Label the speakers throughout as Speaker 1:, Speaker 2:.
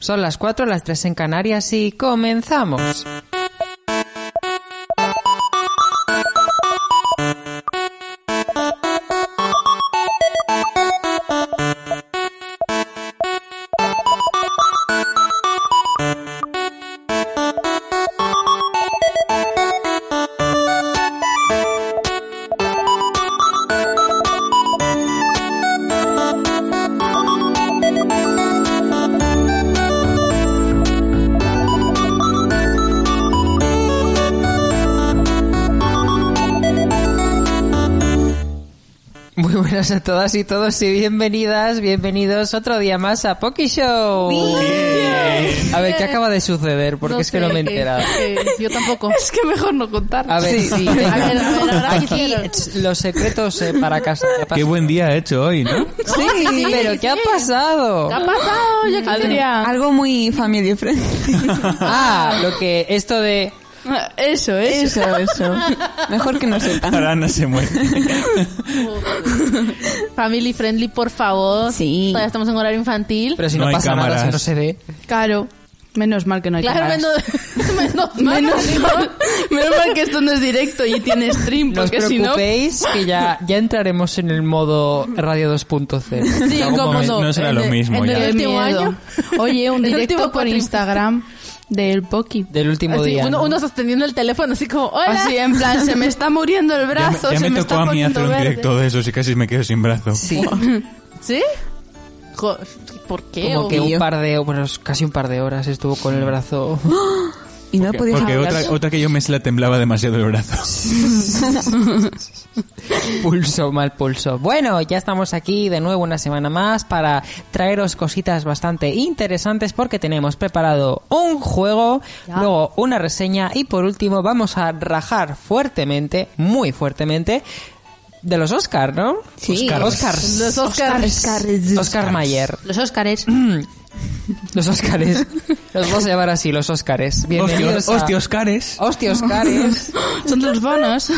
Speaker 1: Son las 4, las 3 en Canarias y comenzamos. Muy buenas a todas y todos y bienvenidas, bienvenidos otro día más a Poki Show. A ver, ¿qué acaba de suceder? Porque es que
Speaker 2: sé,
Speaker 1: no me he enterado.
Speaker 2: eh, yo tampoco.
Speaker 3: Es que mejor no contar.
Speaker 1: A ver, sí.
Speaker 2: A ver, a ver, ahora
Speaker 1: Aquí eh,
Speaker 2: quiero.
Speaker 1: ch, los secretos eh, para casa. ¿Qué pasa?
Speaker 4: Qué buen día ha hecho hoy, ¿no?
Speaker 1: Sí, pero ¿qué ha pasado?
Speaker 3: ¿Qué ha pasado? Yo qué quería.
Speaker 5: Algo muy family friendly.
Speaker 1: Ah, lo que esto de
Speaker 3: Eso, eso.
Speaker 5: Eso, eso. Mejor que no sepan.
Speaker 4: Ahora Ana se muere.
Speaker 2: Family friendly, por favor.
Speaker 5: Sí.
Speaker 2: Todavía estamos en horario infantil.
Speaker 1: pero si no,
Speaker 4: No hay
Speaker 1: pasa nada,
Speaker 4: cámaras.
Speaker 1: si no se ve.
Speaker 3: Claro. Menos mal que no hay
Speaker 2: claro,
Speaker 3: cámaras.
Speaker 2: menos, menos, mal.
Speaker 3: Menos mal, menos mal que esto no es directo y tiene stream,
Speaker 1: No os
Speaker 3: porque si no...
Speaker 1: preocupéis que ya, ya entraremos en el modo radio 2.0.
Speaker 2: Sí,
Speaker 1: En algún
Speaker 2: cómo
Speaker 1: momento.
Speaker 4: no será
Speaker 2: En
Speaker 4: lo
Speaker 2: el-
Speaker 4: mismo
Speaker 2: en
Speaker 4: ya.
Speaker 2: el
Speaker 3: Qué
Speaker 2: último
Speaker 3: miedo.
Speaker 2: año.
Speaker 3: Oye, un
Speaker 2: El
Speaker 3: directo
Speaker 2: último
Speaker 3: por
Speaker 2: cuatrimestre.
Speaker 3: Instagram del Poki.
Speaker 1: Del último
Speaker 2: Así,
Speaker 1: día.
Speaker 2: uno,
Speaker 1: ¿no?
Speaker 2: uno sosteniendo el teléfono así como, hola.
Speaker 3: Así, en plan, se me está muriendo el
Speaker 4: Ya, me-
Speaker 3: brazo,
Speaker 4: ya
Speaker 3: se
Speaker 4: me,
Speaker 3: me,
Speaker 4: tocó
Speaker 3: está
Speaker 4: a mí
Speaker 3: poniendo
Speaker 4: hacer un
Speaker 3: verde.
Speaker 4: directo de esos y casi me quedo sin brazo.
Speaker 1: Sí,
Speaker 2: ¿Sí? Jo- ¿Por qué?
Speaker 1: como
Speaker 2: o-
Speaker 1: que un par de, bueno, casi un par de horas estuvo con el brazo.
Speaker 5: Y no podéis
Speaker 4: Porque
Speaker 5: hablar.
Speaker 4: otra, otra que yo me se la temblaba demasiado el brazo.
Speaker 1: Pulso, mal pulso. Bueno, ya estamos aquí de nuevo una semana más para traeros cositas bastante interesantes porque tenemos preparado un juego, luego una reseña y por último vamos a rajar fuertemente, muy fuertemente, de los Oscar, ¿no?
Speaker 5: Sí.
Speaker 1: Oscar. Oscars.
Speaker 2: Los Oscars.
Speaker 1: Oscar Mayer. Mm.
Speaker 2: Los Oscars.
Speaker 1: Los Óscares. Los vamos a llevar así, los Óscares. Bienvenidos
Speaker 4: Hostia,
Speaker 1: a-
Speaker 4: hostia, Oscares.
Speaker 1: Hostia, Óscares.
Speaker 3: Son los bonos.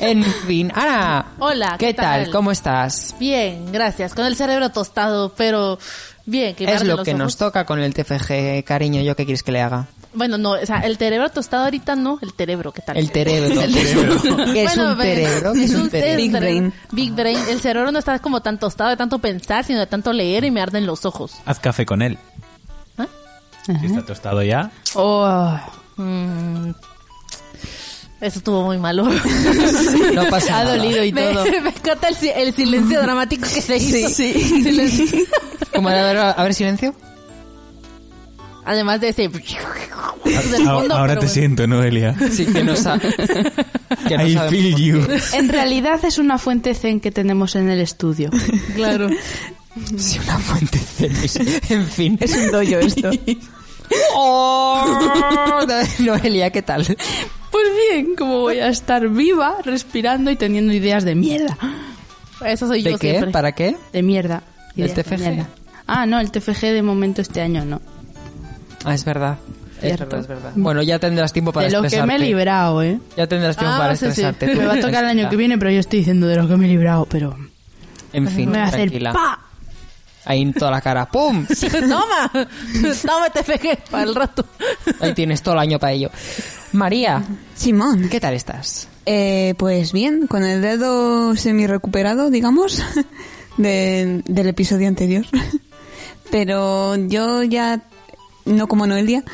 Speaker 1: En fin, Ana.
Speaker 2: Hola,
Speaker 1: ¿Qué,
Speaker 2: ¿qué
Speaker 1: tal?
Speaker 2: tal?
Speaker 1: ¿Cómo estás?
Speaker 2: Bien, gracias. Con el cerebro tostado, pero bien. que
Speaker 1: Es
Speaker 2: arden
Speaker 1: lo
Speaker 2: los
Speaker 1: que
Speaker 2: ojos.
Speaker 1: nos toca con el TFG, cariño. ¿Yo qué quieres que le haga?
Speaker 2: Bueno, no, o sea, el cerebro tostado ahorita no, el cerebro, ¿qué tal?
Speaker 1: El cerebro.
Speaker 2: El
Speaker 1: ¿Qué es
Speaker 2: Bueno,
Speaker 1: un
Speaker 2: pero-
Speaker 1: cerebro? ¿Qué es un cerebro?
Speaker 2: Big
Speaker 5: Big
Speaker 2: brain.
Speaker 5: brain.
Speaker 2: Big brain. El cerebro no está como tan tostado de tanto pensar, sino de tanto leer y me arden los ojos.
Speaker 4: Haz café con él.
Speaker 2: ¿Ah?
Speaker 4: Si está tostado ya.
Speaker 3: Oh,
Speaker 2: Mm. Eso estuvo muy malo.
Speaker 1: No pasa
Speaker 2: ha
Speaker 1: nada.
Speaker 2: dolido y
Speaker 3: Me-
Speaker 2: todo. Me encanta el, silencio dramático que se hizo.
Speaker 1: ¿Cómo era? a, ver, a ver, silencio.
Speaker 2: Además de ese...
Speaker 4: A- ahora te siento, Noelia.
Speaker 1: Sí, que no sabe. Que no
Speaker 4: I
Speaker 1: sabe
Speaker 4: feel
Speaker 1: por
Speaker 4: you.
Speaker 3: en realidad es una fuente zen que tenemos en el estudio.
Speaker 2: Claro.
Speaker 1: qué. Sí, una fuente de En fin.
Speaker 5: Es un doyo esto.
Speaker 1: Oh, Noelia, ¿qué tal?
Speaker 3: Pues bien, como voy a estar viva, respirando y teniendo ideas de mierda.
Speaker 2: Eso soy
Speaker 1: ¿De
Speaker 2: yo
Speaker 1: qué?
Speaker 2: siempre.
Speaker 1: ¿Para qué?
Speaker 3: De mierda.
Speaker 1: ¿El
Speaker 3: Ideas de
Speaker 1: TFG?
Speaker 3: mierda. Ah, no, el TFG de momento este año no.
Speaker 1: Ah, es verdad. Es
Speaker 3: Cierto.
Speaker 1: verdad, es verdad. Bueno, ya tendrás tiempo para
Speaker 3: de lo que
Speaker 1: expresarte.
Speaker 3: me he librado, ¿eh?
Speaker 1: Ya tendrás tiempo
Speaker 2: Ah,
Speaker 1: para
Speaker 2: sí, sí.
Speaker 1: expresarte. pues,
Speaker 3: Me va a tocar el año que viene, pero yo estoy diciendo de lo que me he librado, pero...
Speaker 1: En fin,
Speaker 3: Pues me va a hacer
Speaker 1: tranquila.
Speaker 3: ¡pa!
Speaker 1: Ahí en toda la cara. ¡Pum!
Speaker 2: Toma, toma, te pegué para el rato.
Speaker 1: Ahí tienes todo el año para ello. María,
Speaker 5: Simón.
Speaker 1: ¿qué tal estás?
Speaker 5: Eh, pues bien, con el dedo semi recuperado, digamos, de- del episodio anterior. Pero yo ya, no como Noelia,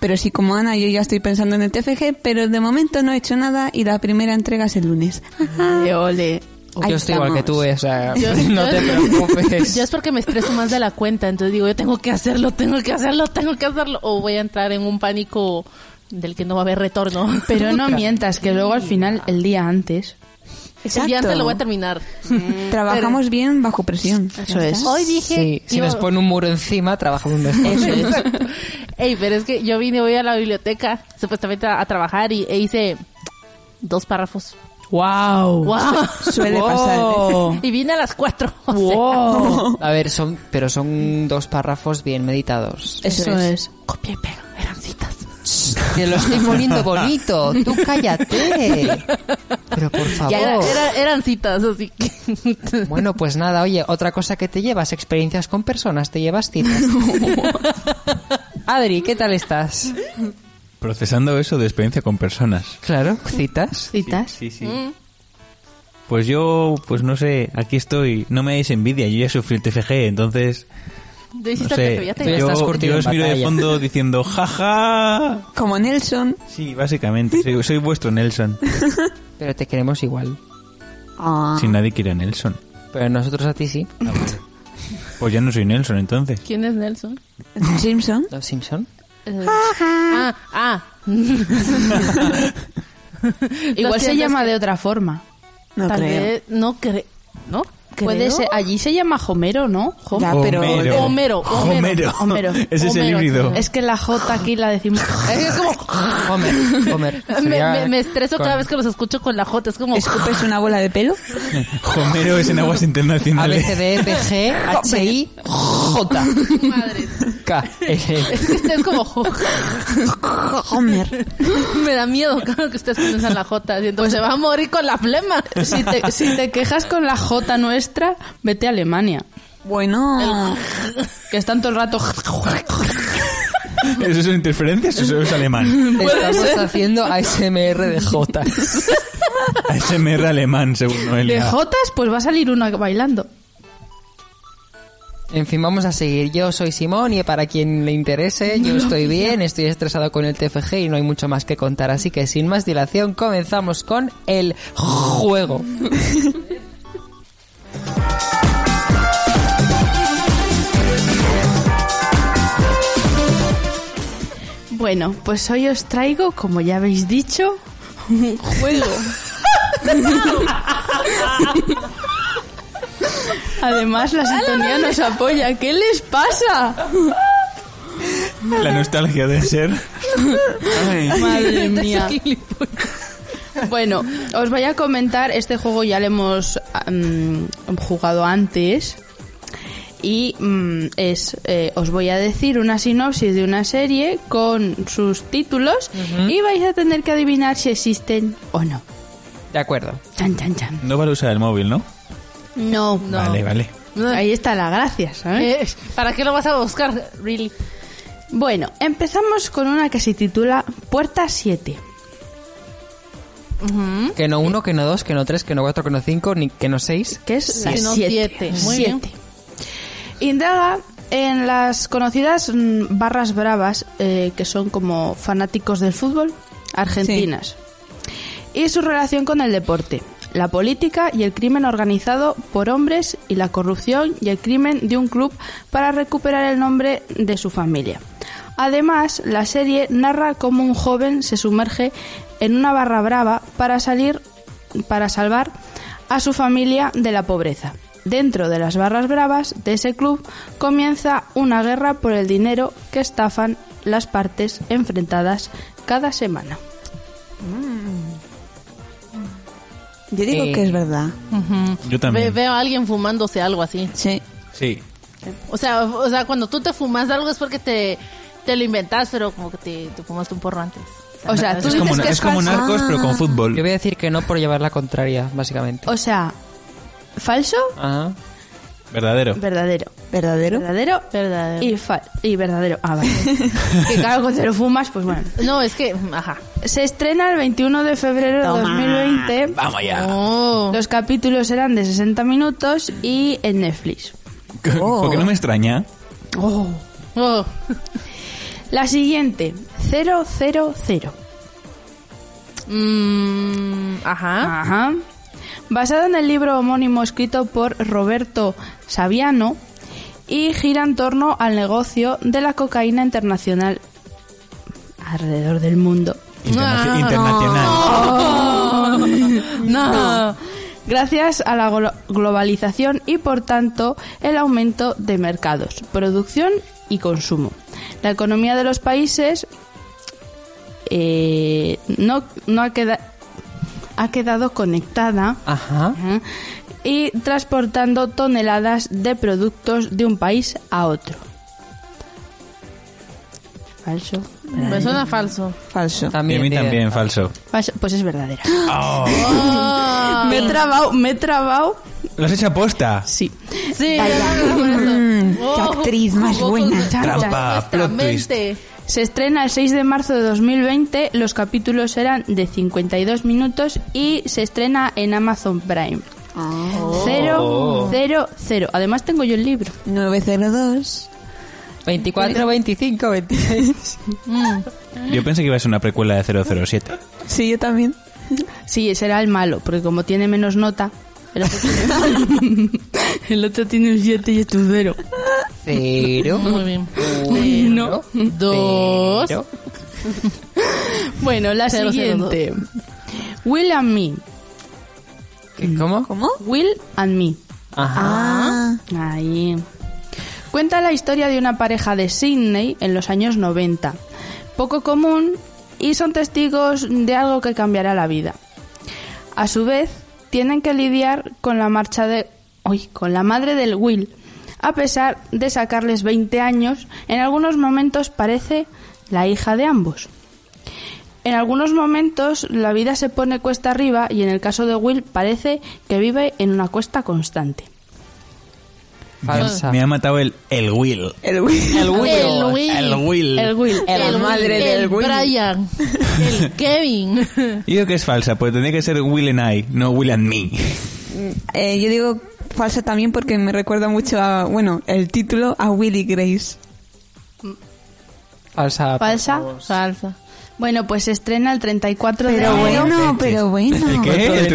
Speaker 5: pero sí como Ana, yo ya estoy pensando en el TFG, pero de momento no he hecho nada y la primera entrega es el lunes.
Speaker 3: Ole, ole.
Speaker 5: Ahí
Speaker 1: yo estoy igual que tú,
Speaker 5: estamos.
Speaker 1: eh, o sea,
Speaker 2: Yo-
Speaker 1: no
Speaker 2: yo-
Speaker 1: te preocupes.
Speaker 2: Yo es porque me estreso más de la cuenta, entonces digo, yo tengo que hacerlo, tengo que hacerlo, tengo que hacerlo, o voy a entrar en un pánico del que no va a haber retorno.
Speaker 3: Pero no mientas, que luego al final, el día antes...
Speaker 2: El día antes lo voy a
Speaker 5: Exacto. Mm.
Speaker 2: terminar.
Speaker 5: Trabajamos bien bajo presión.
Speaker 3: Eso es.
Speaker 2: Hoy dije...
Speaker 1: Sí, si
Speaker 2: yo- Eh,
Speaker 1: nos pone un muro encima, trabajamos mejor.
Speaker 2: Ey, pero es que yo vine hoy a la biblioteca, supuestamente a, a trabajar, y, e hice dos párrafos.
Speaker 3: ¡Wow!
Speaker 2: ¡Wow!
Speaker 5: Suele pasar.
Speaker 2: Y vine a las cuatro. o sea,
Speaker 3: ¡Wow!
Speaker 1: A ver, son, pero son dos párrafos bien meditados.
Speaker 5: Eso
Speaker 3: Eso es.
Speaker 2: Copia y pega, eran citas.
Speaker 1: Te lo estoy poniendo bonito. Tú cállate. Pero por favor.
Speaker 2: Ya era- era- eran citas, así que.
Speaker 1: Bueno, pues nada, oye, otra cosa que te llevas, experiencias con personas, te llevas citas. Adri, ¿qué tal estás?
Speaker 4: Procesando eso de experiencia con personas.
Speaker 1: Claro, citas.
Speaker 3: ¿Citas?
Speaker 4: Sí, sí. Pues yo, pues no sé, aquí estoy. No me dais envidia, yo ya sufrí el TFG, entonces.
Speaker 2: Te
Speaker 4: No
Speaker 2: hiciste
Speaker 4: sé,
Speaker 2: el TFG, ya te
Speaker 1: Tú ya
Speaker 4: yo,
Speaker 1: estás curtido en
Speaker 4: yo os miro de
Speaker 1: batalla.
Speaker 4: fondo diciendo, jaja.
Speaker 5: Como Nelson.
Speaker 4: Sí, básicamente, soy, soy vuestro Nelson.
Speaker 1: Pero te queremos igual.
Speaker 5: Ah.
Speaker 4: Si nadie quiere a Nelson.
Speaker 1: Pero nosotros a ti sí.
Speaker 4: Pues ya no soy Nelson entonces.
Speaker 2: ¿Quién es Nelson?
Speaker 5: Simpson.
Speaker 1: Los Simpson.
Speaker 2: Eh, ah, ah.
Speaker 3: Igual se llama de otra forma.
Speaker 5: No
Speaker 2: Tal
Speaker 5: creo.
Speaker 2: vez, no creo. ¿No? Creo.
Speaker 3: Puede ser. Allí se llama Homero, ¿no? Hom-
Speaker 5: Ya, pero-
Speaker 4: Homero.
Speaker 2: Homero, Homero,
Speaker 4: Homero. Ese es el
Speaker 2: Homero,
Speaker 4: híbrido.
Speaker 3: Es que la J aquí la decimos.
Speaker 2: Es como.
Speaker 1: Homer, Homer.
Speaker 2: Me,
Speaker 1: Sería
Speaker 2: me- me estreso
Speaker 1: con-
Speaker 2: cada vez que los escucho con la J. Es como.
Speaker 5: ¿Escupes una bola de pelo?
Speaker 4: Homero es en aguas
Speaker 1: A, B,
Speaker 4: internacionales.
Speaker 1: C, D, E, F, G, H, I, J. E,
Speaker 2: Madre.
Speaker 1: K, L, L.
Speaker 2: Es que ustedes como. Homer. Me da miedo, claro, que ustedes pronuncian la J. Entonces se va a morir con la flema.
Speaker 3: Si te, si te quejas con la J nuestra, vete a Alemania.
Speaker 5: Bueno.
Speaker 3: Que están todo el rato.
Speaker 4: ¿Eso son interferencias o eso es alemán?
Speaker 1: Estamos haciendo ASMR de J.
Speaker 4: ASMR alemán, según
Speaker 3: De
Speaker 4: Noelia.
Speaker 3: Jotas, pues va a salir una bailando.
Speaker 1: En fin, vamos a seguir. Yo soy Simón y para quien le interese, yo estoy bien, estoy estresado con el TFG y no hay mucho más que contar. Así que sin más dilación, comenzamos con el juego.
Speaker 3: Bueno, pues hoy os traigo, como ya habéis dicho, un juego. Además, la sintonía nos apoya. ¿Qué les pasa?
Speaker 4: La nostalgia de ser. Ay,
Speaker 3: Madre mía. Bueno, os voy a comentar, este juego ya lo hemos mm, jugado antes y mm, es, eh, os voy a decir una sinopsis de una serie con sus títulos y vais a tener que adivinar si existen o no.
Speaker 1: De acuerdo.
Speaker 3: Chan, chan, chan.
Speaker 4: No vale usar el móvil, ¿no?
Speaker 3: No,
Speaker 4: Vale, vale.
Speaker 5: ¿eh?
Speaker 3: Ahí está la gracia, ¿sabes?
Speaker 2: Ah. Eh, ¿Para qué lo vas a buscar? Really.
Speaker 3: Bueno, empezamos con una que se titula Puerta 7.
Speaker 1: Que no uno, que no dos, que no tres, que no cuatro, que no cinco, ni que no seis.
Speaker 3: que es la
Speaker 2: Sino siete. Muy bien.
Speaker 3: Siete. Indaga en las conocidas mm, barras bravas, eh, que son como fanáticos del fútbol, argentinas, y su relación con el deporte, la política y el crimen organizado por hombres y la corrupción y el crimen de un club para recuperar el nombre de su familia. Además, la serie narra cómo un joven se sumerge en una barra brava para salir para salvar a su familia de la pobreza. Dentro de las barras bravas de ese club comienza una guerra por el dinero que estafan las partes enfrentadas cada semana.
Speaker 5: Yo digo
Speaker 1: Eh.
Speaker 5: que es verdad.
Speaker 4: Yo también.
Speaker 2: veo a alguien fumándose algo así.
Speaker 5: Sí.
Speaker 4: Sí.
Speaker 2: O sea, o sea, cuando tú te fumas algo es porque te, te lo inventas, pero como que te, te fumaste un porro antes.
Speaker 3: O sea, tú
Speaker 4: Es como,
Speaker 3: dices
Speaker 4: na-
Speaker 3: que
Speaker 4: es
Speaker 3: es
Speaker 4: como
Speaker 3: falso.
Speaker 4: narcos, pero con
Speaker 1: Yo
Speaker 4: fútbol.
Speaker 1: voy a decir que no por llevar la contraria, básicamente.
Speaker 3: O sea, falso,
Speaker 1: Ajá.
Speaker 4: Verdadero.
Speaker 3: verdadero.
Speaker 5: ¿Verdadero?
Speaker 3: Verdadero,
Speaker 2: Verdadero.
Speaker 3: y, fal- y verdadero. Ah, vale. que claro, cuando te lo fumas, pues bueno.
Speaker 2: No, es que, ajá.
Speaker 3: Se estrena el 21 de febrero de 2020.
Speaker 4: Vamos allá.
Speaker 2: Oh.
Speaker 3: Los capítulos eran de 60 minutos y en Netflix.
Speaker 5: Oh.
Speaker 4: Porque no me extraña.
Speaker 2: Oh.
Speaker 3: La siguiente, 000.
Speaker 2: Mm,
Speaker 5: Ah.
Speaker 2: ajá.
Speaker 3: Ajá. Basada en el libro homónimo escrito por Roberto Saviano y gira en torno al negocio de la cocaína internacional alrededor del mundo.
Speaker 4: Internaci-
Speaker 2: No.
Speaker 4: internacional.
Speaker 3: No. Gracias a la glo- globalización y por tanto el aumento de mercados, producción y consumo. La economía de los países eh, no, no ha, queda- ha quedado conectada
Speaker 1: Ajá.
Speaker 3: Ajá. y transportando toneladas de productos de un país a otro. Falso.
Speaker 2: Me suena falso.
Speaker 5: Falso.
Speaker 4: Y a mí
Speaker 1: digo-
Speaker 4: también, falso.
Speaker 3: Falso. Pues es verdadera.
Speaker 4: Oh,
Speaker 3: Me he trabado, me he trabado.
Speaker 4: ¿Lo has hecho aposta?
Speaker 3: Sí.
Speaker 2: Sí,
Speaker 3: Ay,
Speaker 2: ya, por
Speaker 5: Mm,
Speaker 2: eso.
Speaker 5: qué actriz más
Speaker 2: jugó
Speaker 5: buena.
Speaker 2: con-
Speaker 3: Trampa,
Speaker 2: con nuestra
Speaker 4: Ah, plot twist.
Speaker 2: mente.
Speaker 3: Se estrena el 6 de marzo de 2020. Los capítulos serán de 52 minutos y se estrena en Amazon Prime. Cero, cero, cero. Además tengo yo el libro.
Speaker 5: 902.
Speaker 1: 24, 25, 26.
Speaker 4: Yo pensé que iba a ser una precuela de 007.
Speaker 5: Sí, yo también.
Speaker 3: Sí, será el malo, porque como tiene menos nota, el otro tiene, el otro tiene un 7 y es un 0.
Speaker 1: Cero.
Speaker 2: Muy bien.
Speaker 1: Uno.
Speaker 2: Dos.
Speaker 1: cero.
Speaker 3: Bueno, la
Speaker 2: Cero, cero,
Speaker 3: siguiente. Will and me.
Speaker 1: ¿Qué- ¿Cómo?
Speaker 5: ¿Cómo?
Speaker 3: Will and me.
Speaker 1: Ajá.
Speaker 5: Ah.
Speaker 3: Ahí. Cuenta la historia de una pareja de Sydney en los años 90. Poco común y son testigos de algo que cambiará la vida. A su vez, tienen que lidiar con la marcha de uy, con la madre del Will. A pesar de sacarles 20 años, en algunos momentos parece la hija de ambos. En algunos momentos la vida se pone cuesta arriba y en el caso de Will parece que vive en una cuesta constante.
Speaker 1: Falsa.
Speaker 4: Me ha matado el, el Will.
Speaker 5: El Will.
Speaker 1: El Will.
Speaker 2: El Will.
Speaker 4: El Will.
Speaker 3: El Will.
Speaker 1: El
Speaker 2: El
Speaker 1: madre
Speaker 2: Will,
Speaker 1: del
Speaker 2: el
Speaker 1: Will.
Speaker 2: Brian. El Kevin.
Speaker 4: Yo digo que es falsa, pues tendría que ser Will and I, no Will and Me.
Speaker 5: Eh, yo digo falsa también porque me recuerda mucho a, bueno, el título a Willy Grace.
Speaker 1: Falsa.
Speaker 3: Falsa.
Speaker 2: Falsa.
Speaker 3: Bueno, pues se estrena el 34 de enero.
Speaker 5: bueno, pero bueno.
Speaker 4: ¿El qué?
Speaker 1: Cuatro de
Speaker 4: ¿El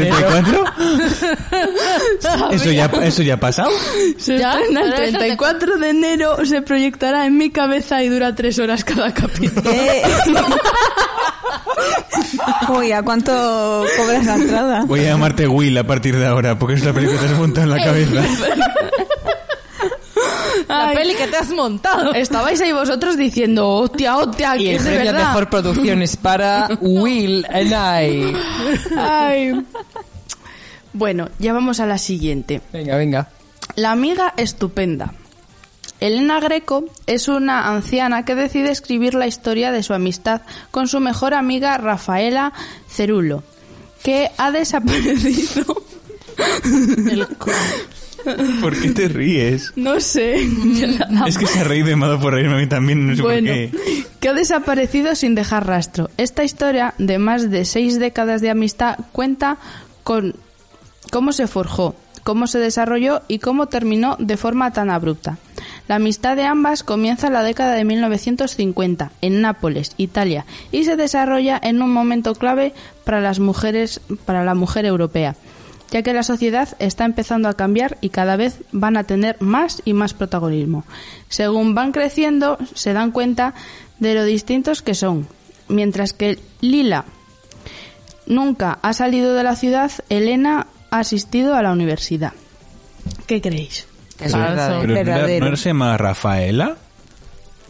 Speaker 4: 34? ¿Eso ya, ¿Eso ya ha pasado?
Speaker 3: Se
Speaker 2: ¿Ya?
Speaker 3: estrena el
Speaker 2: Pero eso te-
Speaker 3: 34 de enero, se proyectará en mi cabeza y dura tres horas cada capítulo.
Speaker 5: Eh. Uy, ¿a cuánto cobras la entrada?
Speaker 4: Voy a llamarte Will a partir de ahora, porque es la película que te has montado en la cabeza.
Speaker 2: La
Speaker 3: Ay.
Speaker 2: peli que te has montado.
Speaker 3: Estabais ahí vosotros diciendo, hostia, hostia,
Speaker 1: Y
Speaker 3: que
Speaker 1: el
Speaker 3: es de
Speaker 1: premio
Speaker 3: verdad.
Speaker 1: mejor producción es para Will and I.
Speaker 3: Ay. Bueno, ya vamos a la siguiente.
Speaker 1: Venga, venga.
Speaker 3: La amiga estupenda. Elena Greco es una anciana que decide escribir la historia de su amistad con su mejor amiga Rafaela Cerulo, que ha desaparecido.
Speaker 4: ¿Por qué te ríes?
Speaker 3: No sé.
Speaker 4: Es que se ha reído y me ha dado por reírme a mí también, no sé
Speaker 3: bueno,
Speaker 4: por qué.
Speaker 3: que ha desaparecido sin dejar rastro. Esta historia de más de seis décadas de amistad cuenta con cómo se forjó, cómo se desarrolló y cómo terminó de forma tan abrupta. La amistad de ambas comienza en la década de 1950 en Nápoles, Italia, y se desarrolla en un momento clave para las mujeres, para la mujer europea, ya que la sociedad está empezando a cambiar y cada vez van a tener más y más protagonismo. Según van creciendo, se dan cuenta de lo distintos que son, mientras que Lila, Nunca ha salido de la ciudad, Elena ha asistido a la universidad. ¿Qué creéis?
Speaker 1: Es
Speaker 2: Falso.
Speaker 1: verdad.
Speaker 4: Pero ¿no era-
Speaker 5: verdadero.
Speaker 4: ¿no se llama Rafaela?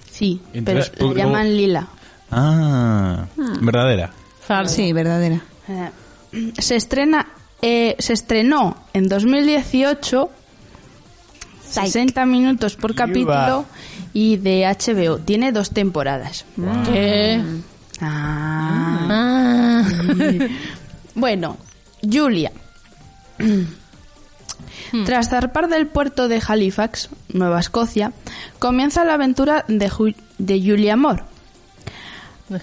Speaker 3: Sí,
Speaker 4: Entonces,
Speaker 3: pero
Speaker 4: poco-
Speaker 3: le llaman Lila.
Speaker 4: Ah, verdadera.
Speaker 2: Falsa.
Speaker 5: Sí, verdadera.
Speaker 3: Eh, Se estrena, eh, se estrenó en 2018, 60 minutos por capítulo y de HBO. Tiene dos temporadas.
Speaker 2: ¿Qué? Ah.
Speaker 3: Ah. Bueno, Julia.
Speaker 2: Hmm.
Speaker 3: Tras zarpar del puerto de Halifax, Nueva Escocia, comienza la aventura de, Ju- de Julia Moore.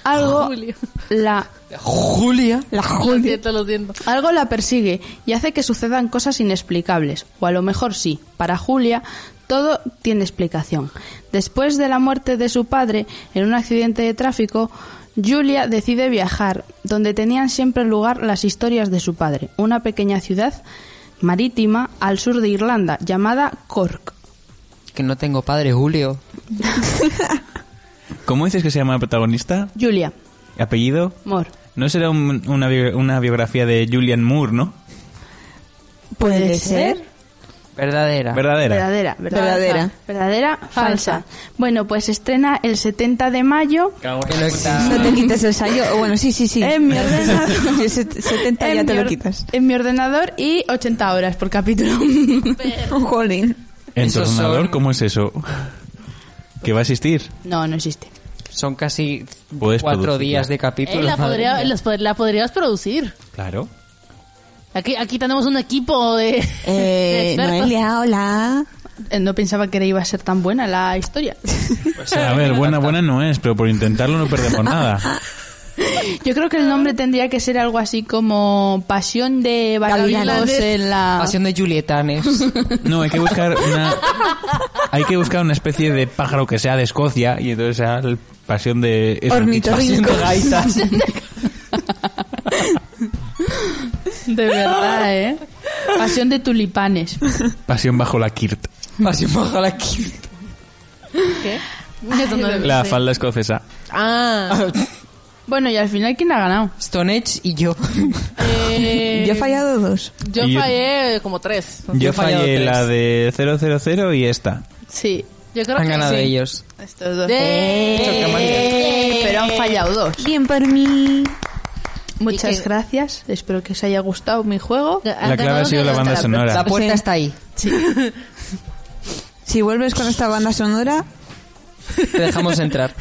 Speaker 3: Algo
Speaker 2: Julia.
Speaker 3: la,
Speaker 1: Julia.
Speaker 5: La
Speaker 2: Lo
Speaker 5: Julia.
Speaker 2: siento, lo siento.
Speaker 3: algo la persigue y hace que sucedan cosas inexplicables, o a lo mejor sí, para Julia todo tiene explicación. Después de la muerte de su padre en un accidente de tráfico, Julia decide viajar, donde tenían siempre lugar las historias de su padre, una pequeña ciudad marítima al sur de Irlanda llamada Cork.
Speaker 1: Que no tengo padre, Julio.
Speaker 4: ¿Cómo dices que se llama el protagonista?
Speaker 3: Julia,
Speaker 4: ¿Apellido?
Speaker 3: Mor,
Speaker 4: No será un- una, bio- una biografía de Julian Moore, ¿no?
Speaker 5: ¿Puede ser?
Speaker 1: Verdadera.
Speaker 4: Verdadera.
Speaker 3: verdadera,
Speaker 5: Verdadera.
Speaker 3: verdadera, verdadera, falsa.
Speaker 2: Falsa.
Speaker 3: Bueno, pues estrena el 70 de mayo
Speaker 1: Que no está-
Speaker 5: No te quites el sayo. O Bueno, sí, sí, sí.
Speaker 3: En mi ordenador.
Speaker 5: Sí, set- 70 ya
Speaker 3: en
Speaker 5: te
Speaker 3: mi
Speaker 5: lo
Speaker 3: or-
Speaker 5: quitas.
Speaker 3: En mi ordenador y 80 horas por capítulo.
Speaker 5: Oh, Jolín.
Speaker 1: Esos
Speaker 4: ¿Entornador?
Speaker 1: son-
Speaker 4: ¿Cómo es eso? ¿Que va a asistir?
Speaker 3: no, no existe.
Speaker 1: Son casi
Speaker 4: Puedes
Speaker 1: cuatro
Speaker 4: producirla.
Speaker 1: días de capítulo.
Speaker 2: Eh, la,
Speaker 1: madre
Speaker 2: podría-
Speaker 1: mía.
Speaker 2: los pod- la podrías producir.
Speaker 4: Claro.
Speaker 2: Aquí, aquí tenemos un equipo de, de
Speaker 5: Eh,
Speaker 2: expertos.
Speaker 5: Noelia, hola.
Speaker 3: Eh, No pensaba que iba a ser tan buena la historia.
Speaker 4: a ver, buena, buena no es, pero por intentarlo no perdemos nada.
Speaker 3: Yo creo que el nombre tendría que ser algo así como Pasión de Babilones
Speaker 5: Gavilanes.
Speaker 3: en la...
Speaker 1: Pasión de Julietanes.
Speaker 4: No, hay que buscar una... Hay que buscar una especie de pájaro que sea de Escocia y entonces sea la pasión de... es-
Speaker 1: Pasión
Speaker 5: Ornitorrinco.
Speaker 1: de gaitas.
Speaker 3: De verdad, ¿eh? Pasión de tulipanes.
Speaker 4: Pasión bajo la kirt.
Speaker 1: Pasión bajo la quinta.
Speaker 2: Eso no lo
Speaker 4: La
Speaker 2: sé.
Speaker 4: falda escocesa.
Speaker 2: Ah,
Speaker 3: Bueno, y al final, ¿quién ha ganado?
Speaker 1: Stone Age y yo.
Speaker 2: eh,
Speaker 5: Yo he fallado dos.
Speaker 2: yo
Speaker 4: Y yo-
Speaker 2: fallé como tres.
Speaker 4: Yo,
Speaker 1: he fallado
Speaker 4: fallé
Speaker 1: tres.
Speaker 4: la de 000 y esta.
Speaker 3: Sí,
Speaker 2: Yo creo
Speaker 1: Han
Speaker 2: que
Speaker 1: ganado
Speaker 2: sí.
Speaker 1: ellos.
Speaker 3: estos dos.
Speaker 2: De-
Speaker 3: Eh, Pero han fallado dos.
Speaker 5: Bien por mí.
Speaker 3: Muchas
Speaker 2: Y que-
Speaker 3: gracias. Espero que os haya gustado mi juego.
Speaker 2: Han
Speaker 4: La clave ha
Speaker 2: ganado
Speaker 4: sido
Speaker 2: de-
Speaker 4: la banda
Speaker 1: La
Speaker 4: sonora.
Speaker 1: puerta
Speaker 5: Sí.
Speaker 1: está ahí.
Speaker 5: Si vuelves con esta banda sonora...
Speaker 1: Te dejamos entrar.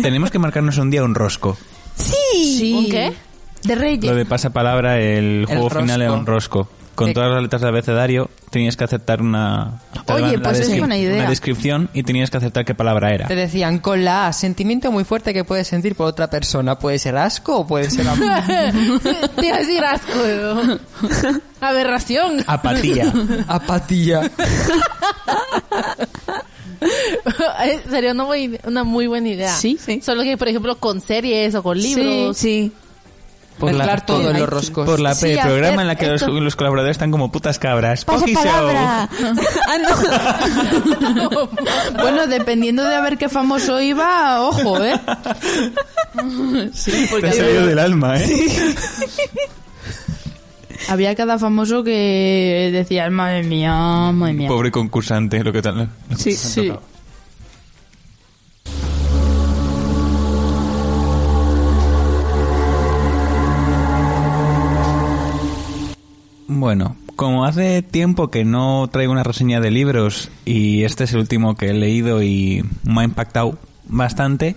Speaker 4: Tenemos que marcarnos un día un rosco.
Speaker 5: Sí.
Speaker 3: Sí.
Speaker 2: ¿Un qué?
Speaker 3: De Reyes.
Speaker 4: Lo de pasapalabra, el juego final
Speaker 1: rosco.
Speaker 4: era un rosco. Con
Speaker 1: Sí.
Speaker 4: todas las letras del abecedario tenías que aceptar una... te
Speaker 3: Oye,
Speaker 4: daban la
Speaker 3: pues es
Speaker 4: descri-
Speaker 3: buena idea.
Speaker 4: Una descripción y tenías que aceptar qué palabra era.
Speaker 1: Te decían con la A, sentimiento muy fuerte que puedes sentir por otra persona. Puede ser asco o puede ser amor.
Speaker 2: Te iba a decir asco. Aberración.
Speaker 4: Apatía.
Speaker 1: apatía.
Speaker 2: Eh, Sería una, muy- una muy buena idea.
Speaker 3: Sí.
Speaker 5: Sí.
Speaker 2: Solo que, por ejemplo, con series o con libros.
Speaker 5: Sí.
Speaker 1: Mezclar todo en los roscos.
Speaker 4: Por la
Speaker 3: Sí,
Speaker 4: el
Speaker 3: hacer
Speaker 4: programa en la que los,
Speaker 3: esto.
Speaker 4: los colaboradores están como putas cabras.
Speaker 5: Pasa
Speaker 4: Pocky
Speaker 5: palabra. ah,
Speaker 3: Bueno, dependiendo de a ver qué famoso iba, ojo, ¿eh?
Speaker 4: Show. Te ha salido del alma, ¿eh?
Speaker 3: Había cada famoso que decía, madre mía, madre mía.
Speaker 4: Pobre concursante, lo que tal.
Speaker 5: no. Sí,
Speaker 3: Sí.
Speaker 4: Bueno, como hace tiempo que no traigo una reseña de libros y este es el último que he leído y me ha impactado bastante,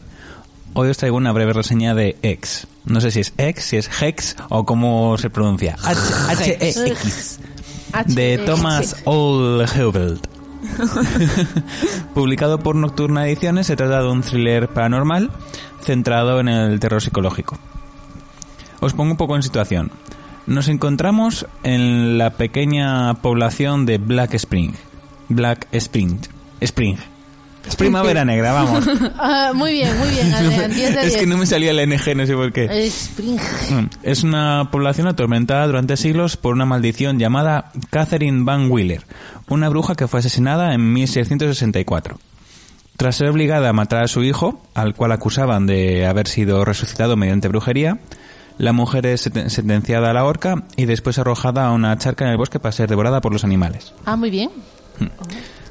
Speaker 4: hoy os traigo una breve reseña de X. No sé si es X, si es Hex o cómo se pronuncia.
Speaker 1: E.
Speaker 4: H-E-X. De Thomas Olhubelt. Publicado por Nocturna Ediciones, se trata de un thriller paranormal centrado en el terror psicológico. Os pongo un poco en situación. Nos encontramos en la pequeña población de Black Spring. Black Spring. Spring. Es primavera negra, vamos.
Speaker 2: Ah, muy bien, muy bien. Adrián, 10 de 10.
Speaker 4: es que no me salía la NG, no sé por qué.
Speaker 2: Eh, Spring.
Speaker 4: Mm. Es una población atormentada durante siglos por una maldición llamada Catherine Van Wheeler, una bruja que fue asesinada en 1664. Tras ser obligada a matar a su hijo, al cual acusaban de haber sido resucitado mediante brujería, la mujer es seten- sentenciada a la horca y después arrojada a una charca en el bosque para ser devorada por los animales.
Speaker 2: Ah, muy bien.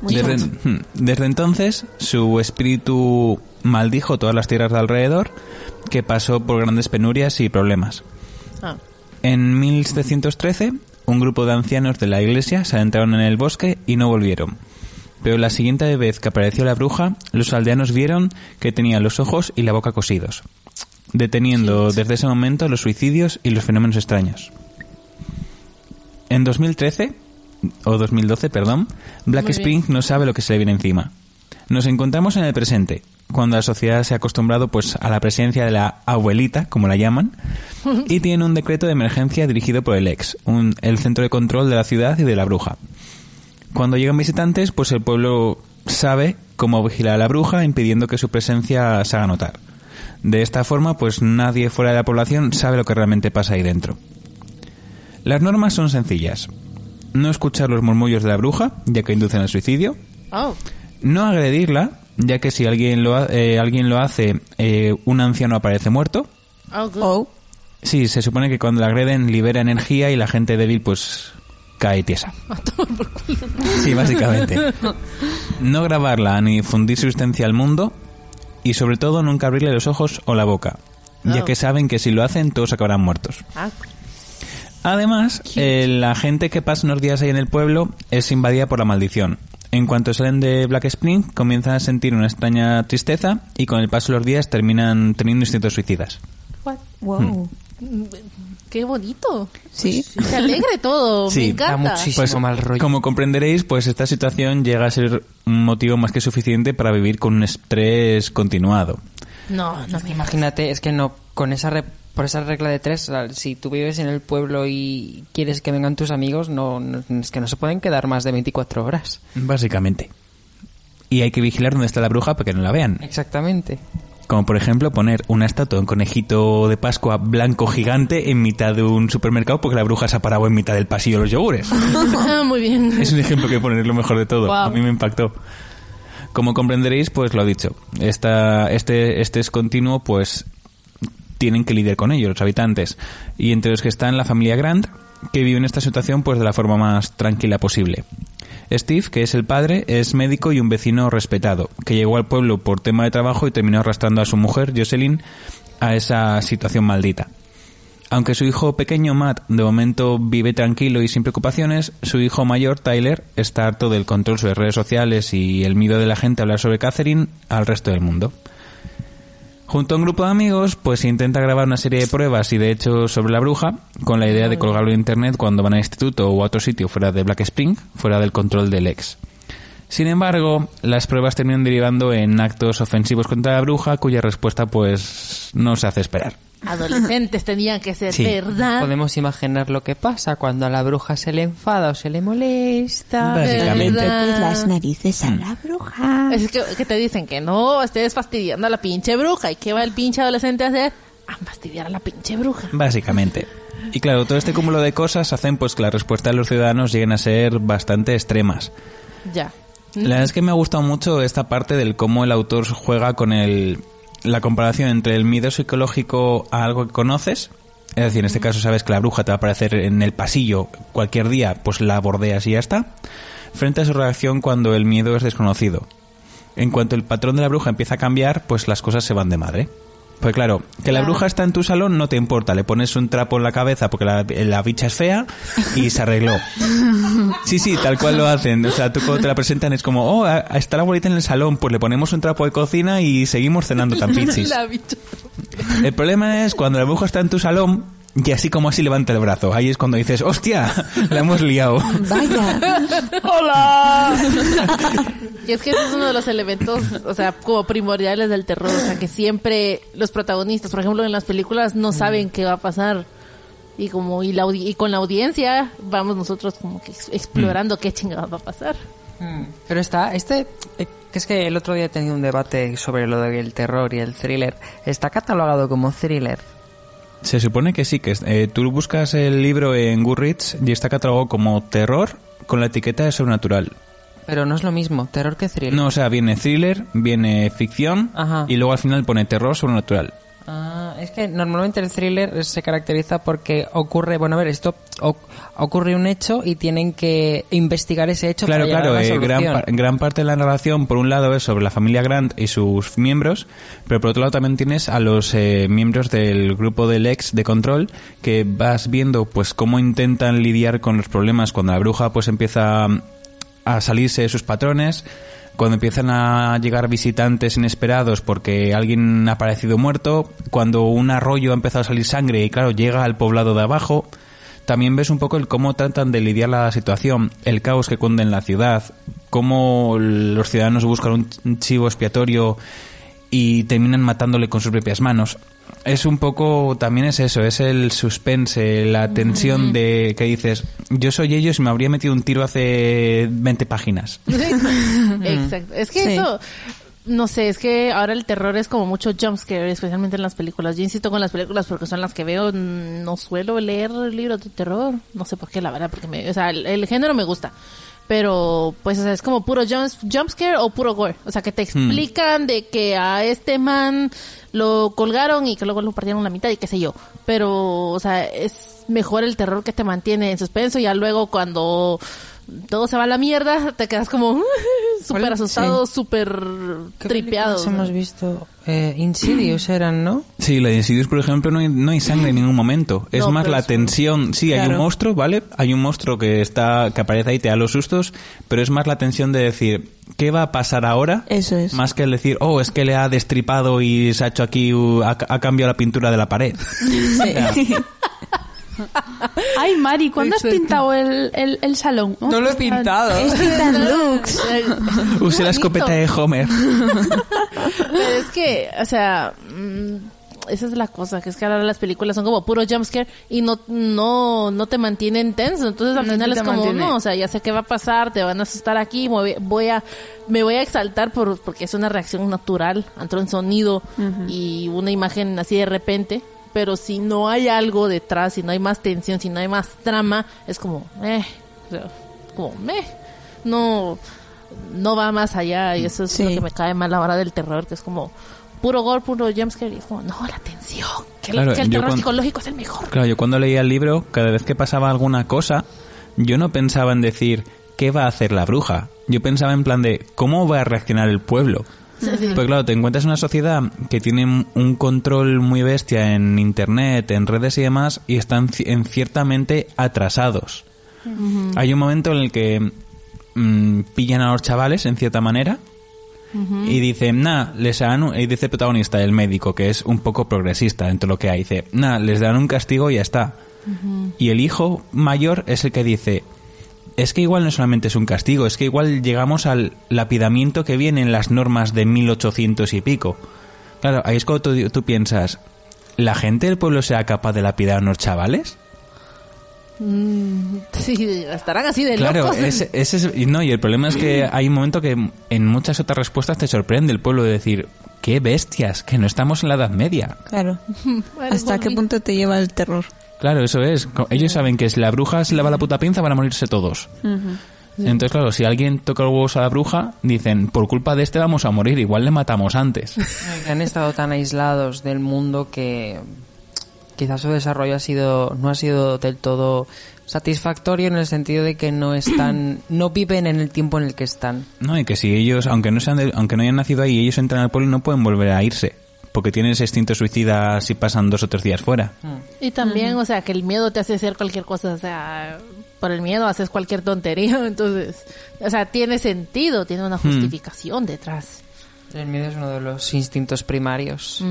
Speaker 4: Desde, hmm, desde entonces, su espíritu maldijo todas las tierras de alrededor, que pasó por grandes penurias y problemas.
Speaker 2: Ah.
Speaker 4: En 1713, un grupo de ancianos de la iglesia se adentraron en el bosque y no volvieron. Pero la siguiente vez que apareció la bruja, los aldeanos vieron que tenía los ojos y la boca cosidos, deteniendo desde ese momento los suicidios y los fenómenos extraños. En 2013, o 2012, perdón, Black Spring no sabe lo que se le viene encima. Nos encontramos en el presente, cuando la sociedad se ha acostumbrado pues a la presencia de la abuelita, como la llaman, y tiene un decreto de emergencia dirigido por el ex, un- el centro de control de la ciudad y de la bruja. Cuando llegan visitantes, pues el pueblo sabe cómo vigilar a la bruja, impidiendo que su presencia se haga notar. De esta forma, pues nadie fuera de la población sabe lo que realmente pasa ahí dentro. Las normas son sencillas. No escuchar los murmullos de la bruja, ya que inducen al suicidio.
Speaker 2: Oh.
Speaker 4: No agredirla, ya que si alguien lo, ha- eh, alguien lo hace, eh, un anciano aparece muerto.
Speaker 2: Oh, good.
Speaker 5: oh.
Speaker 4: Sí, se supone que cuando la agreden libera energía y la gente débil pues cae tiesa. Sí, básicamente. No grabarla ni difundir su existencia al mundo y sobre todo nunca abrirle los ojos o la boca, ya
Speaker 2: Oh.
Speaker 4: que saben que si lo hacen todos acabarán muertos.
Speaker 2: Ah,
Speaker 4: Además, eh, la gente que pasa unos días ahí en el pueblo es invadida por la maldición, En cuanto salen de Black Spring, comienzan a sentir una extraña tristeza y con el paso de los días terminan teniendo instintos suicidas.
Speaker 2: What?
Speaker 4: Hmm.
Speaker 5: Wow.
Speaker 2: Qué bonito.
Speaker 5: Sí.
Speaker 2: Qué alegre todo.
Speaker 4: Sí,
Speaker 2: Me
Speaker 4: da
Speaker 1: Da
Speaker 2: encanta.
Speaker 1: muchísimo mal rollo.
Speaker 4: Pues, Como comprenderéis, pues esta situación llega a ser un motivo más que suficiente para vivir con un estrés continuado.
Speaker 2: No, no me imagino.
Speaker 1: Imagínate, es que no, con esa re- por esa regla de tres, o sea, si tú vives en el pueblo y quieres que vengan tus amigos, no, no- es que no se pueden quedar más de 24 horas.
Speaker 4: Básicamente. Y hay que vigilar dónde está la bruja para que no la vean.
Speaker 1: Exactamente.
Speaker 4: Como por ejemplo poner una estatua, un conejito de Pascua blanco gigante en mitad de un supermercado porque la bruja se ha parado en mitad del pasillo de los yogures.
Speaker 2: Muy bien.
Speaker 4: Es un ejemplo que poner lo mejor de todo.
Speaker 2: Guau.
Speaker 4: A mí me impactó. Como comprenderéis, pues lo ha dicho. Esta, este, este es continuo, pues tienen que lidiar con ello, los habitantes. Y entre los que están la familia Grant, que vive en esta situación pues de la forma más tranquila posible. Steve, que es el padre, es médico y un vecino respetado, que llegó al pueblo por tema de trabajo y terminó arrastrando a su mujer, Jocelyn, a esa situación maldita. Aunque su hijo pequeño, Matt, de momento vive tranquilo y sin preocupaciones, su hijo mayor, Tyler, está harto del control sobre redes sociales y el miedo de la gente a hablar sobre Catherine al resto del mundo. Junto a un grupo de amigos, pues intenta grabar una serie de pruebas y de hecho sobre la bruja, con la idea de colgarlo en internet cuando van al instituto o a otro sitio fuera de Black Spring, fuera del control del ex. Sin embargo, las pruebas terminan derivando en actos ofensivos contra la bruja, cuya respuesta pues no se hace esperar.
Speaker 2: Adolescentes tenían que ser,
Speaker 4: Sí.
Speaker 2: ¿verdad?
Speaker 1: Podemos imaginar lo que pasa cuando a la bruja se le enfada o se le molesta.
Speaker 4: Básicamente.
Speaker 2: ¿Verdad?
Speaker 5: Las narices a la bruja.
Speaker 2: Es que, que te dicen que no, estés fastidiando a la pinche bruja. ¿Y qué va el pinche adolescente a hacer? A fastidiar a la pinche bruja.
Speaker 4: Básicamente. Y claro, todo este cúmulo de cosas hacen pues que la respuesta de los ciudadanos lleguen a ser bastante extremas.
Speaker 2: Ya.
Speaker 4: La verdad es que me ha gustado mucho esta parte del cómo el autor juega con el, la comparación entre el miedo psicológico a algo que conoces. Es decir, en este caso sabes que la bruja te va a aparecer en el pasillo cualquier día, pues la bordeas y ya está. Frente a su reacción cuando el miedo es desconocido. En cuanto el patrón de la bruja empieza a cambiar, pues las cosas se van de madre. Pues claro, que la
Speaker 2: Claro.
Speaker 4: bruja está en tu salón no te importa, le pones un trapo en la cabeza porque la, la bicha es fea y se arregló. Sí, sí, tal cual lo hacen. O sea, tú cuando te la presentan es como, oh, a- está la abuelita en el salón, pues le ponemos un trapo de cocina y seguimos cenando tan pizzis.
Speaker 2: La bicha.
Speaker 4: El problema es cuando la bruja está en tu salón y así como así levanta el brazo. Ahí es cuando dices, hostia, la hemos liado.
Speaker 5: Vaya.
Speaker 2: Y es que ese es uno de los elementos, o sea, como primordiales del terror. O sea, que siempre los protagonistas, por ejemplo, en las películas no saben qué va a pasar. Y como y, la audi- y con la audiencia vamos nosotros como que ex- explorando qué chingados va a pasar.
Speaker 1: Mm, Pero está, este, eh, que es que el otro día he tenido un debate sobre lo del terror y el thriller. Está catalogado como thriller.
Speaker 4: Se supone que sí, que es- eh, tú buscas el libro en Goodreads y está catalogado como terror con la etiqueta de sobrenatural.
Speaker 1: Pero no es lo mismo, terror que thriller.
Speaker 4: No, o sea, viene thriller, viene ficción
Speaker 1: Ajá.
Speaker 4: y luego al final pone terror sobrenatural.
Speaker 1: Ah, es que normalmente el thriller se caracteriza porque ocurre, bueno, a ver, esto o- ocurre un hecho y tienen que investigar ese hecho.
Speaker 4: Claro,
Speaker 1: para llegar a
Speaker 4: claro,
Speaker 1: la
Speaker 4: eh, gran,
Speaker 1: solución.
Speaker 4: par- gran parte de la narración, por un lado, es sobre la familia Grant y sus miembros, pero por otro lado también tienes a los eh, miembros del grupo del ex de control, que vas viendo pues cómo intentan lidiar con los problemas cuando la bruja pues empieza a salirse de sus patrones, cuando empiezan a llegar visitantes inesperados porque alguien ha aparecido muerto, cuando un arroyo ha empezado a salir sangre y claro, llega al poblado de abajo, también ves un poco el cómo tratan de lidiar la situación, el caos que cunde en la ciudad, cómo los ciudadanos buscan un ch- un chivo expiatorio y terminan matándole con sus propias manos. Es un poco, también es eso, es el suspense, la tensión de que dices, yo soy ellos y me habría metido un tiro hace 20 páginas.
Speaker 2: Exacto. Es que
Speaker 5: Sí.
Speaker 2: eso, no sé, es que ahora el terror es como mucho jumpscare, especialmente en las películas. Yo insisto con las películas porque son las que veo. mm, No suelo leer libros de terror. No sé por qué, la verdad, porque me, o sea, el, el género me gusta. Pero, pues, o sea, es como puro jumps, jumpscare o puro gore. O sea, que te explican de que a este man lo colgaron y que luego lo partieron la mitad y qué sé yo. Pero, o sea, es mejor el terror que te mantiene en suspenso. Ya luego cuando todo se va a la mierda, te quedas como... súper asustado, súper tripeado.
Speaker 1: hemos visto? Eh, Insidious eran, ¿no?
Speaker 4: Sí, la de Insidious, por ejemplo, no hay, no hay sangre en ningún momento. Es
Speaker 2: No,
Speaker 4: más
Speaker 2: pero
Speaker 4: la
Speaker 2: es-
Speaker 4: tensión. Sí, hay un
Speaker 1: Claro.
Speaker 4: monstruo, ¿vale? Hay un monstruo que está que aparece ahí y te da los sustos, pero es más la tensión de decir, ¿qué va a pasar ahora?
Speaker 5: Eso es.
Speaker 4: Más que el decir, oh, es que le ha destripado y se ha hecho aquí, uh, ha, ha cambiado la pintura de la pared.
Speaker 3: Ay, Mari, ¿cuándo has pintado el, el, el salón? Este
Speaker 1: No lo he pintado.
Speaker 5: Lux.
Speaker 4: Usé la escopeta de Homer.
Speaker 2: Pero es que, o sea, mm, esa es la cosa, que es que ahora las películas son como puro jumpscare y no, no, no te mantienen tenso. Entonces al
Speaker 3: No
Speaker 2: final
Speaker 3: te
Speaker 2: es como,
Speaker 3: mantiene.
Speaker 2: no, o sea, ya sé qué va a pasar, te van a asustar aquí, me voy- voy a, me voy a exaltar por, porque es una reacción natural ante un sonido y una imagen así de repente. Pero si no hay algo detrás, si no hay más tensión, si no hay más trama, es como, eh, o sea, como, meh, no, no va más allá y eso es lo
Speaker 5: Sí.
Speaker 2: que me cae mal a la hora del terror, que es como puro gore, puro jumpscare y es como, no, la tensión, que, el-
Speaker 4: Claro,
Speaker 2: que el
Speaker 4: yo
Speaker 2: terror
Speaker 4: cuando-
Speaker 2: psicológico es el mejor.
Speaker 4: Claro, yo cuando leía el libro, cada vez que pasaba alguna cosa, yo no pensaba en decir qué va a hacer la bruja. Yo pensaba en plan de cómo va a reaccionar el pueblo. Pues claro, te encuentras en una sociedad que tiene un control muy bestia en internet, en redes y demás, y están ci- en ciertamente atrasados. Hay un momento en el que mm, pillan a los chavales, en cierta manera, y dice, nah, les harán un-" y dice el protagonista, el médico, que es un poco progresista dentro de lo que hay, dice, nah, les darán un castigo y ya está. Y el hijo mayor es el que dice, es que igual no solamente es un castigo, es que igual llegamos al lapidamiento que viene en las normas de 1800 y pico. Claro, ahí es cuando tú, tú piensas, ¿la gente del pueblo será capaz de lapidar a unos chavales?
Speaker 2: Sí, estarán así de
Speaker 4: Claro,
Speaker 2: locos.
Speaker 4: ese, ese es, y no, y el problema es que hay un momento que en muchas otras respuestas te sorprende el pueblo de decir, qué bestias, que no estamos en la Edad Media.
Speaker 5: Claro.
Speaker 2: Bueno,
Speaker 5: ¿Hasta qué
Speaker 2: volví.
Speaker 5: punto te lleva el terror?
Speaker 4: Claro, eso es. Co- Ellos saben que si la bruja se le va la puta pinza van a morirse todos. Entonces, claro, si alguien toca los huevos a la bruja, dicen, por culpa de este vamos a morir, igual le matamos antes.
Speaker 1: Han estado tan aislados del mundo que quizás su desarrollo ha sido no ha sido del todo satisfactorio en el sentido de que no están no viven en el tiempo en el que están.
Speaker 4: No, y que si ellos, aunque no, sean de- aunque no hayan nacido ahí, ellos entran al pueblo y no pueden volver a irse. Porque tienen ese instinto suicida si pasan dos o tres días fuera.
Speaker 2: Y también, o sea, que el miedo te hace hacer cualquier cosa, o sea, por el miedo haces cualquier tontería, entonces, o sea, tiene sentido, tiene una justificación detrás.
Speaker 1: El miedo es uno de los instintos primarios.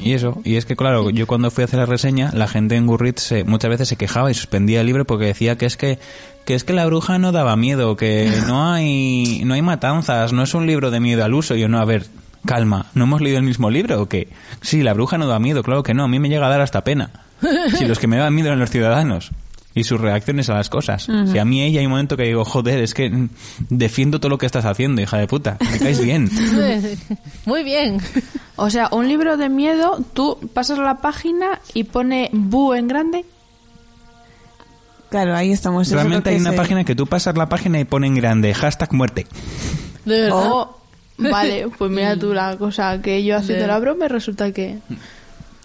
Speaker 4: Y eso, y es que claro, yo cuando fui a hacer la reseña, la gente en Gurrit se, muchas veces se quejaba y suspendía el libro porque decía que es que, que es que la bruja no daba miedo, que no hay, no hay matanzas, no es un libro de miedo al uso. Y yo no, a ver, calma, ¿no hemos leído el mismo libro o qué? Sí, la bruja no da miedo, claro que no, a mí me llega a dar hasta pena. Si los que me dan miedo eran los ciudadanos y sus reacciones a las cosas. Si a mí ella hay un momento que digo, joder, es que mm, defiendo todo lo que estás haciendo, hija de puta, me caes bien.
Speaker 2: Muy bien.
Speaker 3: O sea, un libro de miedo, tú pasas la página y pone bu en grande.
Speaker 5: Claro, ahí estamos. Eso es lo
Speaker 4: Realmente
Speaker 5: que
Speaker 4: hay una
Speaker 5: se-
Speaker 4: página que tú pasas la página y pone en grande hashtag muerte.
Speaker 2: De verdad.
Speaker 3: Oh, vale, pues mira tú la cosa que yo haciendo la broma y resulta que...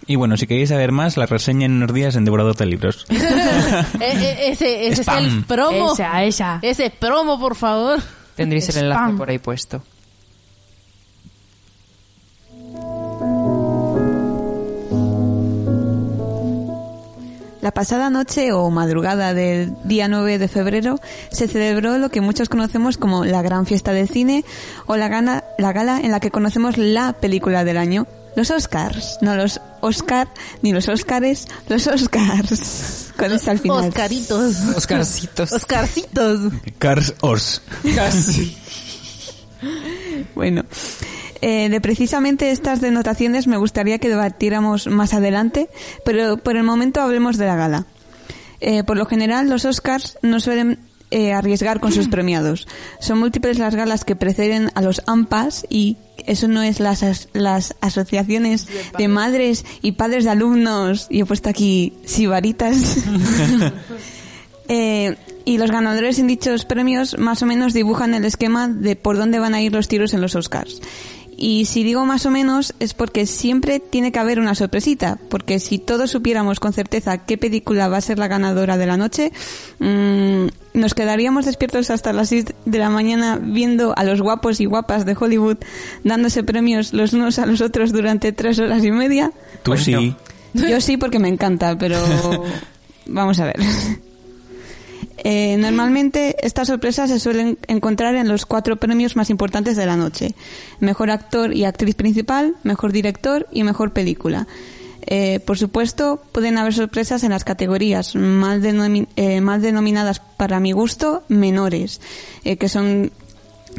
Speaker 4: Y bueno, si queréis saber más, la reseña en unos días en Devorador de Libros.
Speaker 2: E- e- ese ese es
Speaker 4: Spam.
Speaker 2: el promo.
Speaker 3: Esa, esa.
Speaker 2: Ese promo, por favor.
Speaker 1: Tendréis el enlace
Speaker 3: Spam.
Speaker 1: por ahí puesto.
Speaker 5: La pasada noche o madrugada del día 9 de febrero se celebró lo que muchos conocemos como la gran fiesta del cine o la, gana- la gala en la que conocemos la película del año, los Oscars. No los Oscar ni los Oscars, los Oscars. Con esto al final.
Speaker 2: Oscaritos.
Speaker 1: Oscarcitos.
Speaker 2: Oscarcitos.
Speaker 4: Cars Ors.
Speaker 1: Casi.
Speaker 5: Bueno, eh, de precisamente estas denotaciones me gustaría que debatiéramos más adelante, pero por el momento hablemos de la gala. Eh, por lo general, los Oscars no suelen eh, arriesgar con sus premiados. Son múltiples las galas que preceden a los AMPAs y eso no es las, as- las asociaciones de madres y padres de alumnos, y he puesto aquí sibaritas. Eh, y los ganadores en dichos premios más o menos dibujan el esquema de por dónde van a ir los tiros en los Oscars. Y si digo más o menos es porque siempre tiene que haber una sorpresita, porque si todos supiéramos con certeza qué película va a ser la ganadora de la noche, mmm, nos quedaríamos despiertos hasta las 6 de la mañana viendo a los guapos y guapas de Hollywood dándose premios los unos a los otros durante tres horas y media.
Speaker 4: Tú
Speaker 1: Pues
Speaker 4: sí.
Speaker 5: Yo sí porque me encanta, pero vamos a ver. Eh, normalmente estas sorpresas se suelen encontrar en los cuatro premios más importantes de la noche. Mejor actor y actriz principal, mejor director y mejor película. Eh, por supuesto, pueden haber sorpresas en las categorías mal, denomi- eh, mal denominadas para mi gusto menores, eh, que son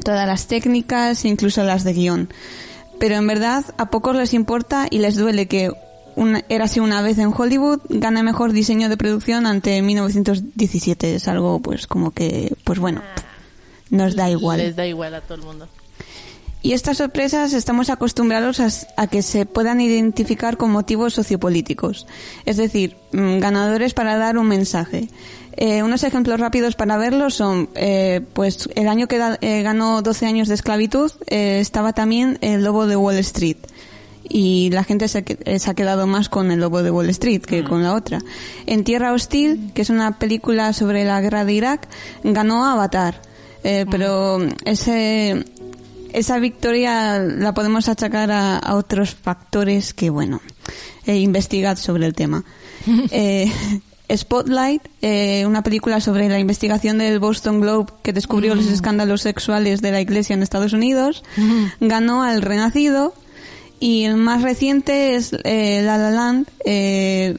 Speaker 5: todas las técnicas, incluso las de guión. Pero en verdad, a pocos les importa y les duele que una, Érase una vez en Hollywood gane mejor diseño de producción ante 1917. Es algo, pues, como que, pues bueno, nos da igual.
Speaker 2: Les da igual a todo el mundo.
Speaker 5: Y estas sorpresas estamos acostumbrados a, s- a que se puedan identificar con motivos sociopolíticos, es decir, mm, ganadores para dar un mensaje. Eh, unos ejemplos rápidos para verlos son, eh, pues el año que da- eh, ganó 12 años de esclavitud eh, estaba también el lobo de Wall Street. Y la gente se, ha que- eh, se ha quedado más con el lobo de Wall Street que con la otra. En Tierra Hostil, que es una película sobre la guerra de Irak, ganó Avatar. Eh, pero ese, esa victoria la podemos achacar a, a otros factores que, bueno, eh, investigad sobre el tema. Eh, Spotlight, eh, una película sobre la investigación del Boston Globe que descubrió los escándalos sexuales de la Iglesia en Estados Unidos, ganó al Renacido y el más reciente es eh, La La Land, eh,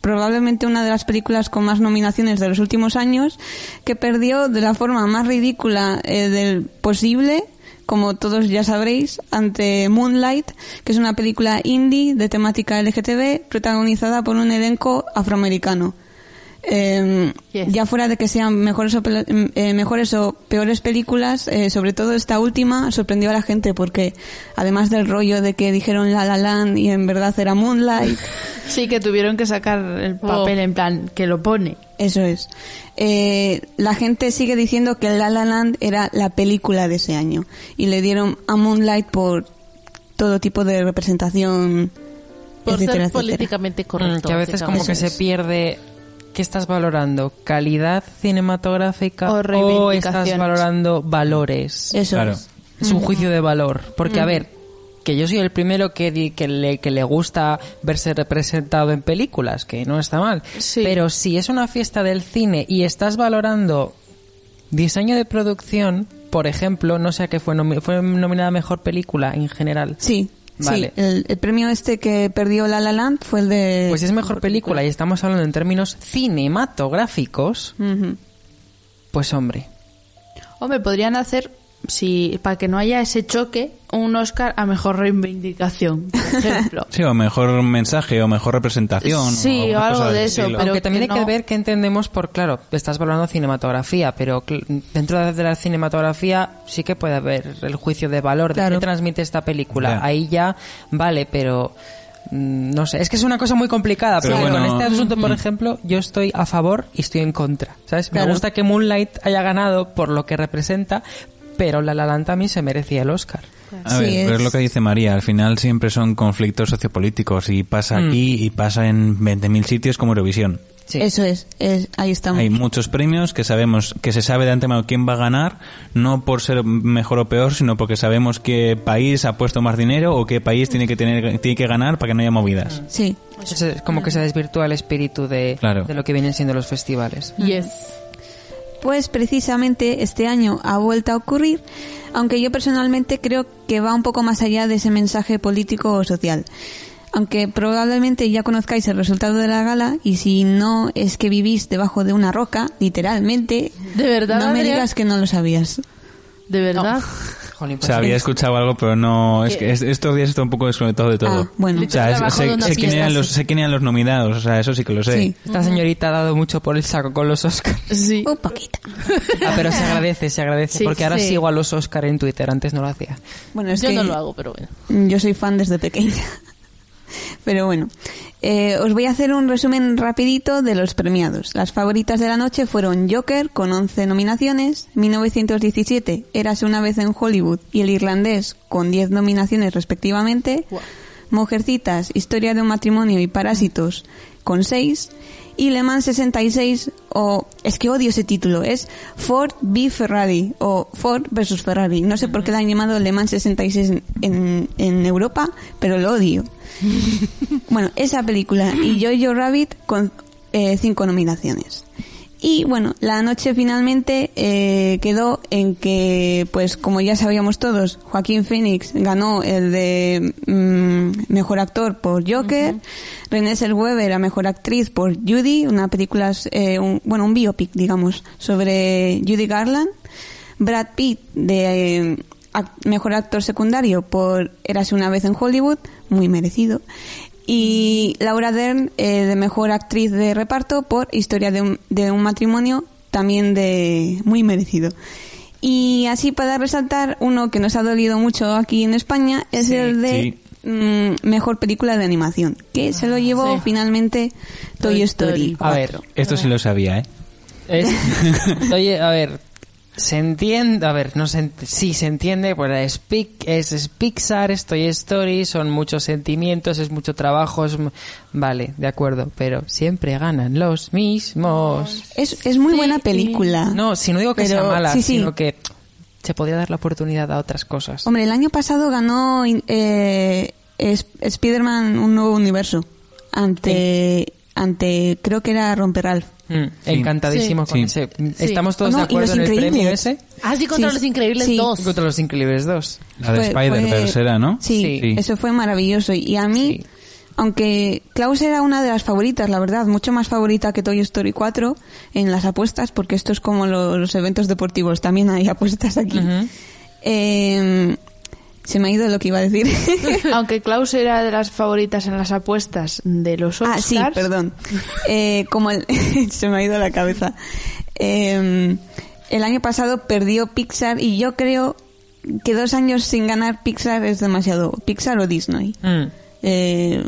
Speaker 5: probablemente una de las películas con más nominaciones de los últimos años, que perdió de la forma más ridícula eh, del posible, como todos ya sabréis, ante Moonlight, que es una película indie de temática LGTB protagonizada por un elenco afroamericano. Eh,
Speaker 2: Yes.
Speaker 5: Ya fuera de que sean mejores o, pel- eh, mejores o peores películas, eh, sobre todo esta última sorprendió a la gente porque además del rollo de que dijeron La La Land y en verdad era Moonlight,
Speaker 3: Sí, que tuvieron que sacar el papel
Speaker 2: Oh.
Speaker 3: en plan que lo pone.
Speaker 5: eso es, eh, la gente sigue diciendo que La La Land era la película de ese año y le dieron a Moonlight por todo tipo de representación,
Speaker 2: Por ser
Speaker 5: etcétera, etcétera.
Speaker 2: políticamente
Speaker 1: Mm,
Speaker 2: correcto.
Speaker 1: que a veces como que
Speaker 5: Eso
Speaker 1: se
Speaker 5: es.
Speaker 1: pierde que estás valorando calidad cinematográfica
Speaker 3: O
Speaker 1: o estás
Speaker 3: reivindicaciones. Mm.
Speaker 1: valorando valores.
Speaker 5: Eso
Speaker 4: Claro.
Speaker 5: es.
Speaker 1: Es un juicio de valor. Porque, a ver, que yo soy el primero que, di- que, le, que le gusta verse representado en películas, que no está mal.
Speaker 3: Sí.
Speaker 1: Pero si es una fiesta del cine y estás valorando diseño de producción, por ejemplo, no sé a qué fue, nomi- fue nominada mejor película en general.
Speaker 5: Sí,
Speaker 1: Vale.
Speaker 5: sí. El, el premio este que perdió La La Land fue el de...
Speaker 1: Pues si es mejor película y estamos hablando en términos cinematográficos,
Speaker 5: Ujú.
Speaker 1: pues hombre.
Speaker 3: Hombre, podrían hacer, si para que no haya ese choque, un Oscar a mejor reivindicación, por ejemplo.
Speaker 4: Sí, o mejor mensaje, o mejor representación.
Speaker 3: Sí,
Speaker 4: alguna
Speaker 3: o algo
Speaker 4: cosa
Speaker 3: de
Speaker 4: del
Speaker 3: eso,
Speaker 4: estilo.
Speaker 3: pero-
Speaker 1: Aunque también
Speaker 3: que
Speaker 1: hay
Speaker 3: no-
Speaker 1: que ver qué entendemos por, claro, estás valorando cinematografía, pero cl- dentro de la cinematografía sí que puede haber el juicio de valor de
Speaker 5: Claro.
Speaker 1: qué transmite esta película.
Speaker 4: Ya.
Speaker 1: Ahí ya vale, pero mm, no sé, es que es una cosa muy complicada,
Speaker 4: Pero
Speaker 1: porque con
Speaker 4: bueno.
Speaker 1: este asunto, por ejemplo, yo estoy a favor y estoy en contra, ¿sabes?
Speaker 5: Claro.
Speaker 1: Me gusta que Moonlight haya ganado por lo que representa, pero La La Land también se merecía el Oscar.
Speaker 4: A
Speaker 5: Sí,
Speaker 4: ver, pero
Speaker 5: es-
Speaker 4: es lo que dice María. Al final siempre son conflictos sociopolíticos y pasa aquí y pasa en 20.000 sitios como Eurovisión.
Speaker 1: Sí.
Speaker 5: Eso es, es- ahí estamos.
Speaker 4: Hay muchos premios que sabemos que se sabe de antemano quién va a ganar, no por ser mejor o peor, sino porque sabemos qué país ha puesto más dinero o qué país tiene que tener tiene que ganar para que no haya movidas.
Speaker 5: Sí.
Speaker 1: Entonces, Pues como que se desvirtúa el espíritu de,
Speaker 4: Claro.
Speaker 1: de lo que vienen siendo los festivales.
Speaker 2: Yes.
Speaker 5: Pues precisamente este año ha vuelto a ocurrir, aunque yo personalmente creo que va un poco más allá de ese mensaje político o social. Aunque probablemente ya conozcáis el resultado de la gala y si no es que vivís debajo de una roca, literalmente,
Speaker 2: De verdad,
Speaker 5: no me
Speaker 2: Adrián?
Speaker 5: digas que no lo sabías.
Speaker 2: De verdad.
Speaker 1: Jolín,
Speaker 4: O
Speaker 1: pues
Speaker 4: sea, había escuchado algo, pero no. Es
Speaker 2: ¿Qué?
Speaker 4: que es- estos días estoy un poco desconectado de todo.
Speaker 5: Ah, bueno.
Speaker 4: O sea, es-
Speaker 2: Trabajo de
Speaker 4: sé,
Speaker 2: una
Speaker 4: sé quién
Speaker 2: pieza,
Speaker 4: eran los,
Speaker 2: sí.
Speaker 4: sé quién eran los nominados, o sea, eso sí que lo sé.
Speaker 5: Sí.
Speaker 1: Esta señorita ha dado mucho por el saco con los Oscars.
Speaker 5: Mm.
Speaker 2: Sí.
Speaker 5: Un poquito.
Speaker 1: Ah, pero se agradece, se agradece.
Speaker 2: Sí,
Speaker 1: porque ahora
Speaker 2: sí.
Speaker 1: sigo a los Oscar en Twitter, antes no lo hacía.
Speaker 5: Bueno, es
Speaker 2: Yo
Speaker 5: que
Speaker 2: no lo hago, pero bueno.
Speaker 5: Yo soy fan desde pequeña. Pero bueno, Eh, os voy a hacer un resumen rapidito de los premiados. Las favoritas de la noche fueron Joker con 11 nominaciones, 1917, Érase una vez en Hollywood y El Irlandés con 10 nominaciones respectivamente, Mujercitas, Historia de un matrimonio y Parásitos con 6 y Le Mans 66 o es que odio ese título, es Ford v Ferrari o Ford versus Ferrari. No sé por qué le han llamado Le Mans 66 en, en Europa, pero lo odio. bueno, esa película y Jojo Rabbit con eh, cinco nominaciones. Y bueno, la noche finalmente eh, quedó en que, pues como ya sabíamos todos, Joaquín Phoenix ganó el de mm, Mejor Actor por Joker, René Zellweger a Mejor Actriz por Judy, una película, eh, un- bueno, un biopic, digamos, sobre Judy Garland, Brad Pitt de eh, ac- Mejor Actor Secundario por Érase una vez en Hollywood, muy merecido, y Laura Dern, eh, de mejor actriz de reparto por Historia de un, de un matrimonio, también de muy merecido. Y así para resaltar uno que nos ha dolido mucho aquí en España es el de mm, mejor película de animación, que se
Speaker 1: Ah,
Speaker 5: lo llevó
Speaker 2: sí.
Speaker 5: finalmente Toy
Speaker 2: Toy
Speaker 5: Story.
Speaker 2: Story.
Speaker 1: A ver,
Speaker 4: Esto sí lo sabía, ¿eh?
Speaker 1: es- oye, a ver, se entiende, a ver, no se ent- sí se entiende, pues es, Pic- es, es Pixar, es Toy Story, son muchos sentimientos, es mucho trabajo, es mu- vale, de acuerdo, pero siempre ganan los mismos.
Speaker 5: Es, es muy buena película.
Speaker 1: No, si no digo que
Speaker 5: Pero-
Speaker 1: sea mala,
Speaker 5: sí, sí.
Speaker 1: sino que se podría dar la oportunidad a otras cosas.
Speaker 5: Hombre, el año pasado ganó eh, es- Spider-Man un nuevo universo ante, ante creo que era Romperalf.
Speaker 1: Mm, Encantadísimo
Speaker 4: Sí.
Speaker 1: con
Speaker 4: Sí.
Speaker 1: ese. Estamos todos
Speaker 5: No,
Speaker 1: de
Speaker 5: y los
Speaker 1: acuerdo en el premio
Speaker 5: increíbles.
Speaker 1: ese.
Speaker 2: Ah, sí, contra
Speaker 5: Sí,
Speaker 2: los increíbles
Speaker 5: sí.
Speaker 2: dos.
Speaker 1: Contra los Increíbles 2.
Speaker 4: La de
Speaker 5: Fue-
Speaker 4: Spider-Verse
Speaker 5: fue-
Speaker 4: era, ¿no?
Speaker 5: Sí,
Speaker 1: Sí.
Speaker 5: eso fue maravilloso. Y a mí,
Speaker 1: Sí.
Speaker 5: aunque Klaus era una de las favoritas, la verdad, mucho más favorita que Toy Story 4 en las apuestas, porque esto es como lo- los eventos deportivos, también hay apuestas aquí.
Speaker 1: Ujú.
Speaker 5: Eh, se me ha ido lo que iba a decir.
Speaker 3: Aunque Klaus era de las favoritas en las apuestas de los
Speaker 5: ah,
Speaker 3: Oscars.
Speaker 5: sí, perdón. Eh, como el- se me ha ido la cabeza. Eh, el año pasado perdió Pixar y yo creo que dos años sin ganar Pixar es demasiado. Pixar o Disney.
Speaker 1: Mm,
Speaker 5: Eh,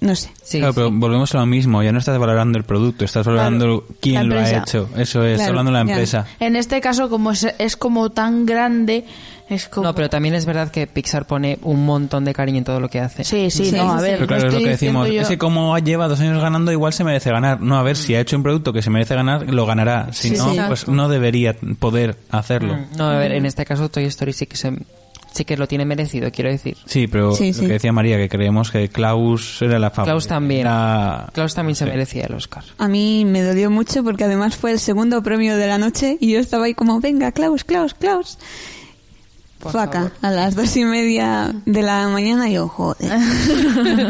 Speaker 5: no sé.
Speaker 1: sí.
Speaker 4: Claro, pero volvemos a lo mismo. Ya no estás valorando el producto, estás valorando
Speaker 3: la
Speaker 4: quién lo ha
Speaker 3: empresa.
Speaker 4: hecho. Eso es,
Speaker 5: Claro,
Speaker 4: hablando de la
Speaker 5: ya.
Speaker 4: empresa.
Speaker 3: En este caso, como es, es como tan grande, es como...
Speaker 1: No, pero también es verdad que Pixar pone un montón de cariño en todo lo que hace.
Speaker 3: Sí, sí,
Speaker 5: Sí,
Speaker 3: no, a
Speaker 5: sí,
Speaker 3: ver.
Speaker 4: Pero claro,
Speaker 3: no
Speaker 4: es lo
Speaker 3: estoy
Speaker 4: que
Speaker 3: diciendo
Speaker 4: decimos.
Speaker 3: yo-
Speaker 4: Ese como lleva dos años ganando, igual se merece ganar. No, a ver, si ha hecho un producto que se merece ganar, lo ganará. Si
Speaker 5: Sí,
Speaker 4: no,
Speaker 5: sí.
Speaker 4: pues no debería poder hacerlo.
Speaker 1: Mm, No, a ver, en este caso Toy Story sí que se, sí que lo tiene merecido, quiero decir.
Speaker 4: Sí, pero
Speaker 5: Sí,
Speaker 4: lo
Speaker 5: sí.
Speaker 4: que decía María, que creemos que Klaus era la favorita.
Speaker 1: Klaus también.
Speaker 4: Era-
Speaker 1: Klaus también se
Speaker 4: Sí.
Speaker 1: merecía el Oscar.
Speaker 5: A mí me dolió mucho porque además fue el segundo premio de la noche y yo estaba ahí como, venga, Klaus, Klaus, Klaus.
Speaker 1: Por
Speaker 5: Flaca,
Speaker 1: favor.
Speaker 5: a las dos y media de la mañana yo, joder.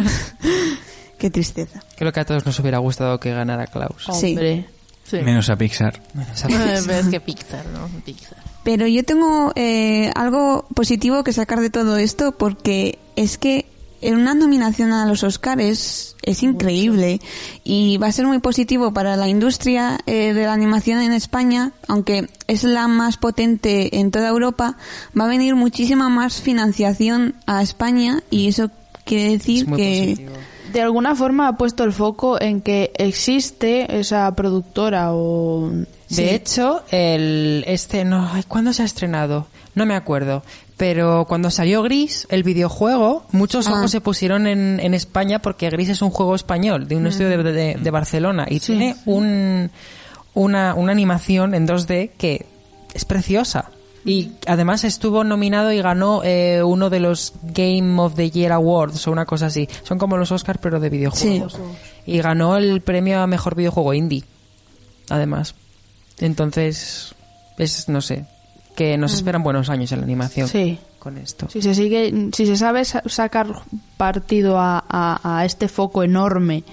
Speaker 5: Qué tristeza.
Speaker 1: Creo que a todos nos hubiera gustado que ganara Klaus.
Speaker 5: Sí.
Speaker 2: Hombre. Sí.
Speaker 4: Menos a Pixar.
Speaker 1: Bueno, esa-
Speaker 2: Eh, pero es que Pixar, ¿no? Pixar.
Speaker 5: Pero yo tengo eh, algo positivo que sacar de todo esto porque es que en una nominación a los Oscars es, es increíble y va a ser muy positivo para la industria eh, de la animación en España, aunque es la más potente en toda Europa, va a venir muchísima más financiación a España y eso quiere decir
Speaker 1: es muy
Speaker 5: que...
Speaker 1: positivo.
Speaker 3: De alguna forma ha puesto el foco en que existe esa productora o...
Speaker 1: De hecho, el este no, ay, ¿cuándo se ha estrenado? No me acuerdo. Pero cuando salió Gris, el videojuego, muchos
Speaker 5: Ah.
Speaker 1: ojos se pusieron en, en España porque Gris es un juego español de un estudio de, de- de Barcelona y tiene un, una, una animación en 2D que es preciosa. Y además estuvo nominado y ganó eh, uno de los Game of the Year Awards o una cosa así. Son como los Oscars pero de videojuegos. Y ganó el premio a mejor videojuego indie además. Entonces, es, no sé, que nos esperan buenos años en la animación
Speaker 3: Sí.
Speaker 1: con esto.
Speaker 3: Si se sigue, si se sabe sa- sacar partido a, a- a este foco enorme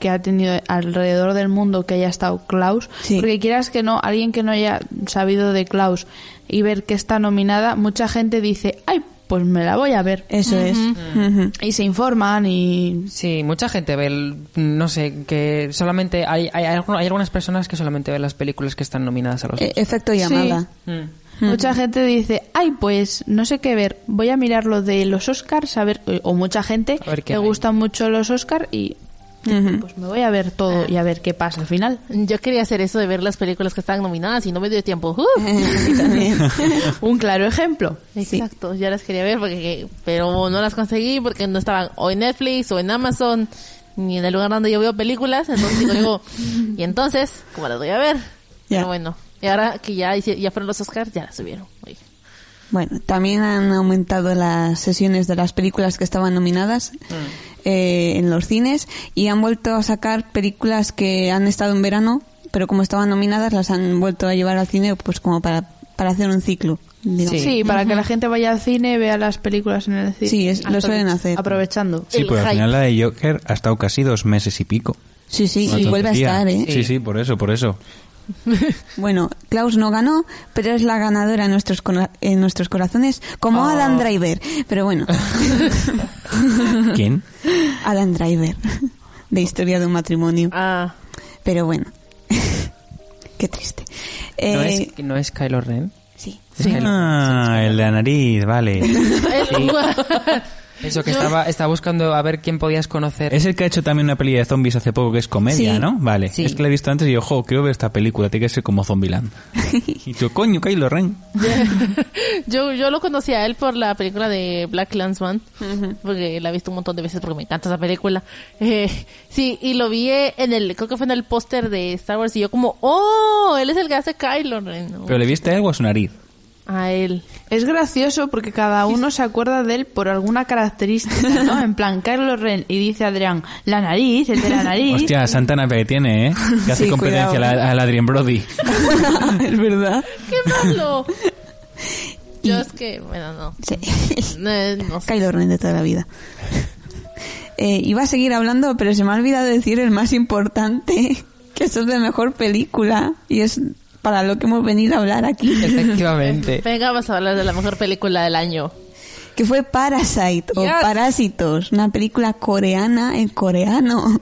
Speaker 3: que ha tenido alrededor del mundo que haya estado Klaus,
Speaker 5: Sí.
Speaker 3: porque quieras que no, alguien que no haya sabido de Klaus y ver que está nominada, mucha gente dice, ay, pues me la voy a ver.
Speaker 5: Eso es. Ujú.
Speaker 3: Y se informan y...
Speaker 1: Sí, mucha gente ve, el- no sé, que solamente hay, hay, hay alguna- hay algunas personas que solamente ven las películas que están nominadas a los...
Speaker 5: E- Efecto llamada.
Speaker 1: Mm.
Speaker 3: Mucha gente dice, ay, pues no sé qué ver, voy a mirar lo de los Oscars, a ver, o mucha gente
Speaker 1: A ver qué
Speaker 3: le
Speaker 1: hay.
Speaker 3: gustan mucho los Oscars y
Speaker 5: Ujú.
Speaker 3: Pues me voy a ver todo y a ver qué pasa al final.
Speaker 2: Yo quería hacer eso de ver las películas que estaban nominadas y no me dio tiempo. ¡Uh!
Speaker 3: Un claro ejemplo.
Speaker 2: Exacto, yo las quería ver, porque, pero no las conseguí porque no estaban o en Netflix o en Amazon ni en el lugar donde yo veo películas. Entonces digo, digo, y entonces, ¿cómo las voy a ver?
Speaker 5: Ya.
Speaker 2: Pero bueno, y ahora que ya, hice- ya fueron los Oscars, ya las subieron. Oye.
Speaker 5: Bueno, también han aumentado las sesiones de las películas que estaban nominadas eh, en los cines y han vuelto a sacar películas que han estado en verano, pero como estaban nominadas las han vuelto a llevar al cine pues como para, para hacer un ciclo. digamos.
Speaker 3: Sí, para que la gente vaya al cine, vea las películas en el cine.
Speaker 5: Sí, es- lo suelen hacer.
Speaker 3: Aprovechando.
Speaker 4: Sí,
Speaker 2: El
Speaker 4: pues al
Speaker 2: hype.
Speaker 4: final la de Joker ha estado casi dos meses y pico.
Speaker 5: Sí, sí,
Speaker 4: Una
Speaker 5: y vuelve a
Speaker 4: tontería.
Speaker 5: estar, ¿eh?
Speaker 4: Sí, sí, por eso, por eso.
Speaker 5: Bueno, Klaus no ganó, pero es la ganadora en nuestros, cora- en nuestros corazones, como Adam Driver. Pero bueno,
Speaker 4: ¿Quién?
Speaker 5: Adam Driver, de Historia de un matrimonio.
Speaker 2: Ah,
Speaker 5: Pero bueno, qué triste.
Speaker 1: ¿No,
Speaker 5: Eh,
Speaker 1: es, ¿No es Kylo Ren?
Speaker 5: Sí.
Speaker 1: Es Kylo Ren.
Speaker 4: Ah, el de la nariz, vale.
Speaker 2: el-
Speaker 1: Eso que estaba, estaba buscando a ver quién podías conocer.
Speaker 4: Es el que ha hecho también una peli de zombies hace poco que es comedia,
Speaker 5: Sí.
Speaker 4: ¿no? Vale.
Speaker 1: Sí.
Speaker 4: Es que la he visto antes y yo, jo, quiero ver esta película, tiene que ser como Zombieland. y yo, coño, Kylo Ren.
Speaker 2: yo, yo lo conocí a él por la película de Black Landsman, porque la he visto un montón de veces porque me encanta esa película. Eh, sí, y lo vi eh, en el, creo que fue en el póster de Star Wars y yo como, oh, él es el que hace Kylo Ren. ¿no?
Speaker 4: Pero le viste algo a su nariz.
Speaker 2: A él.
Speaker 3: Es gracioso porque cada uno se acuerda de él por alguna característica, ¿no? En plan, Carlos Ren y dice Adrián, la nariz, el de la nariz.
Speaker 4: Hostia, Santana que tiene, ¿eh? Que hace
Speaker 5: Sí,
Speaker 4: competencia
Speaker 5: cuidado.
Speaker 4: al al Adrien Brody.
Speaker 5: es verdad.
Speaker 2: ¡Qué malo! Yo es que, bueno, no.
Speaker 5: Sí.
Speaker 2: No, eh, no sé.
Speaker 5: Kylo Ren de toda la vida. Eh, iba a seguir hablando, pero se me ha olvidado decir el más importante, que eso es de mejor película y es para lo que hemos venido a hablar aquí,
Speaker 1: Efectivamente.
Speaker 2: Venga, vamos a hablar de la mejor película del año.
Speaker 5: que fue Parasite o
Speaker 2: Yes.
Speaker 5: Parásitos, una película coreana en coreano.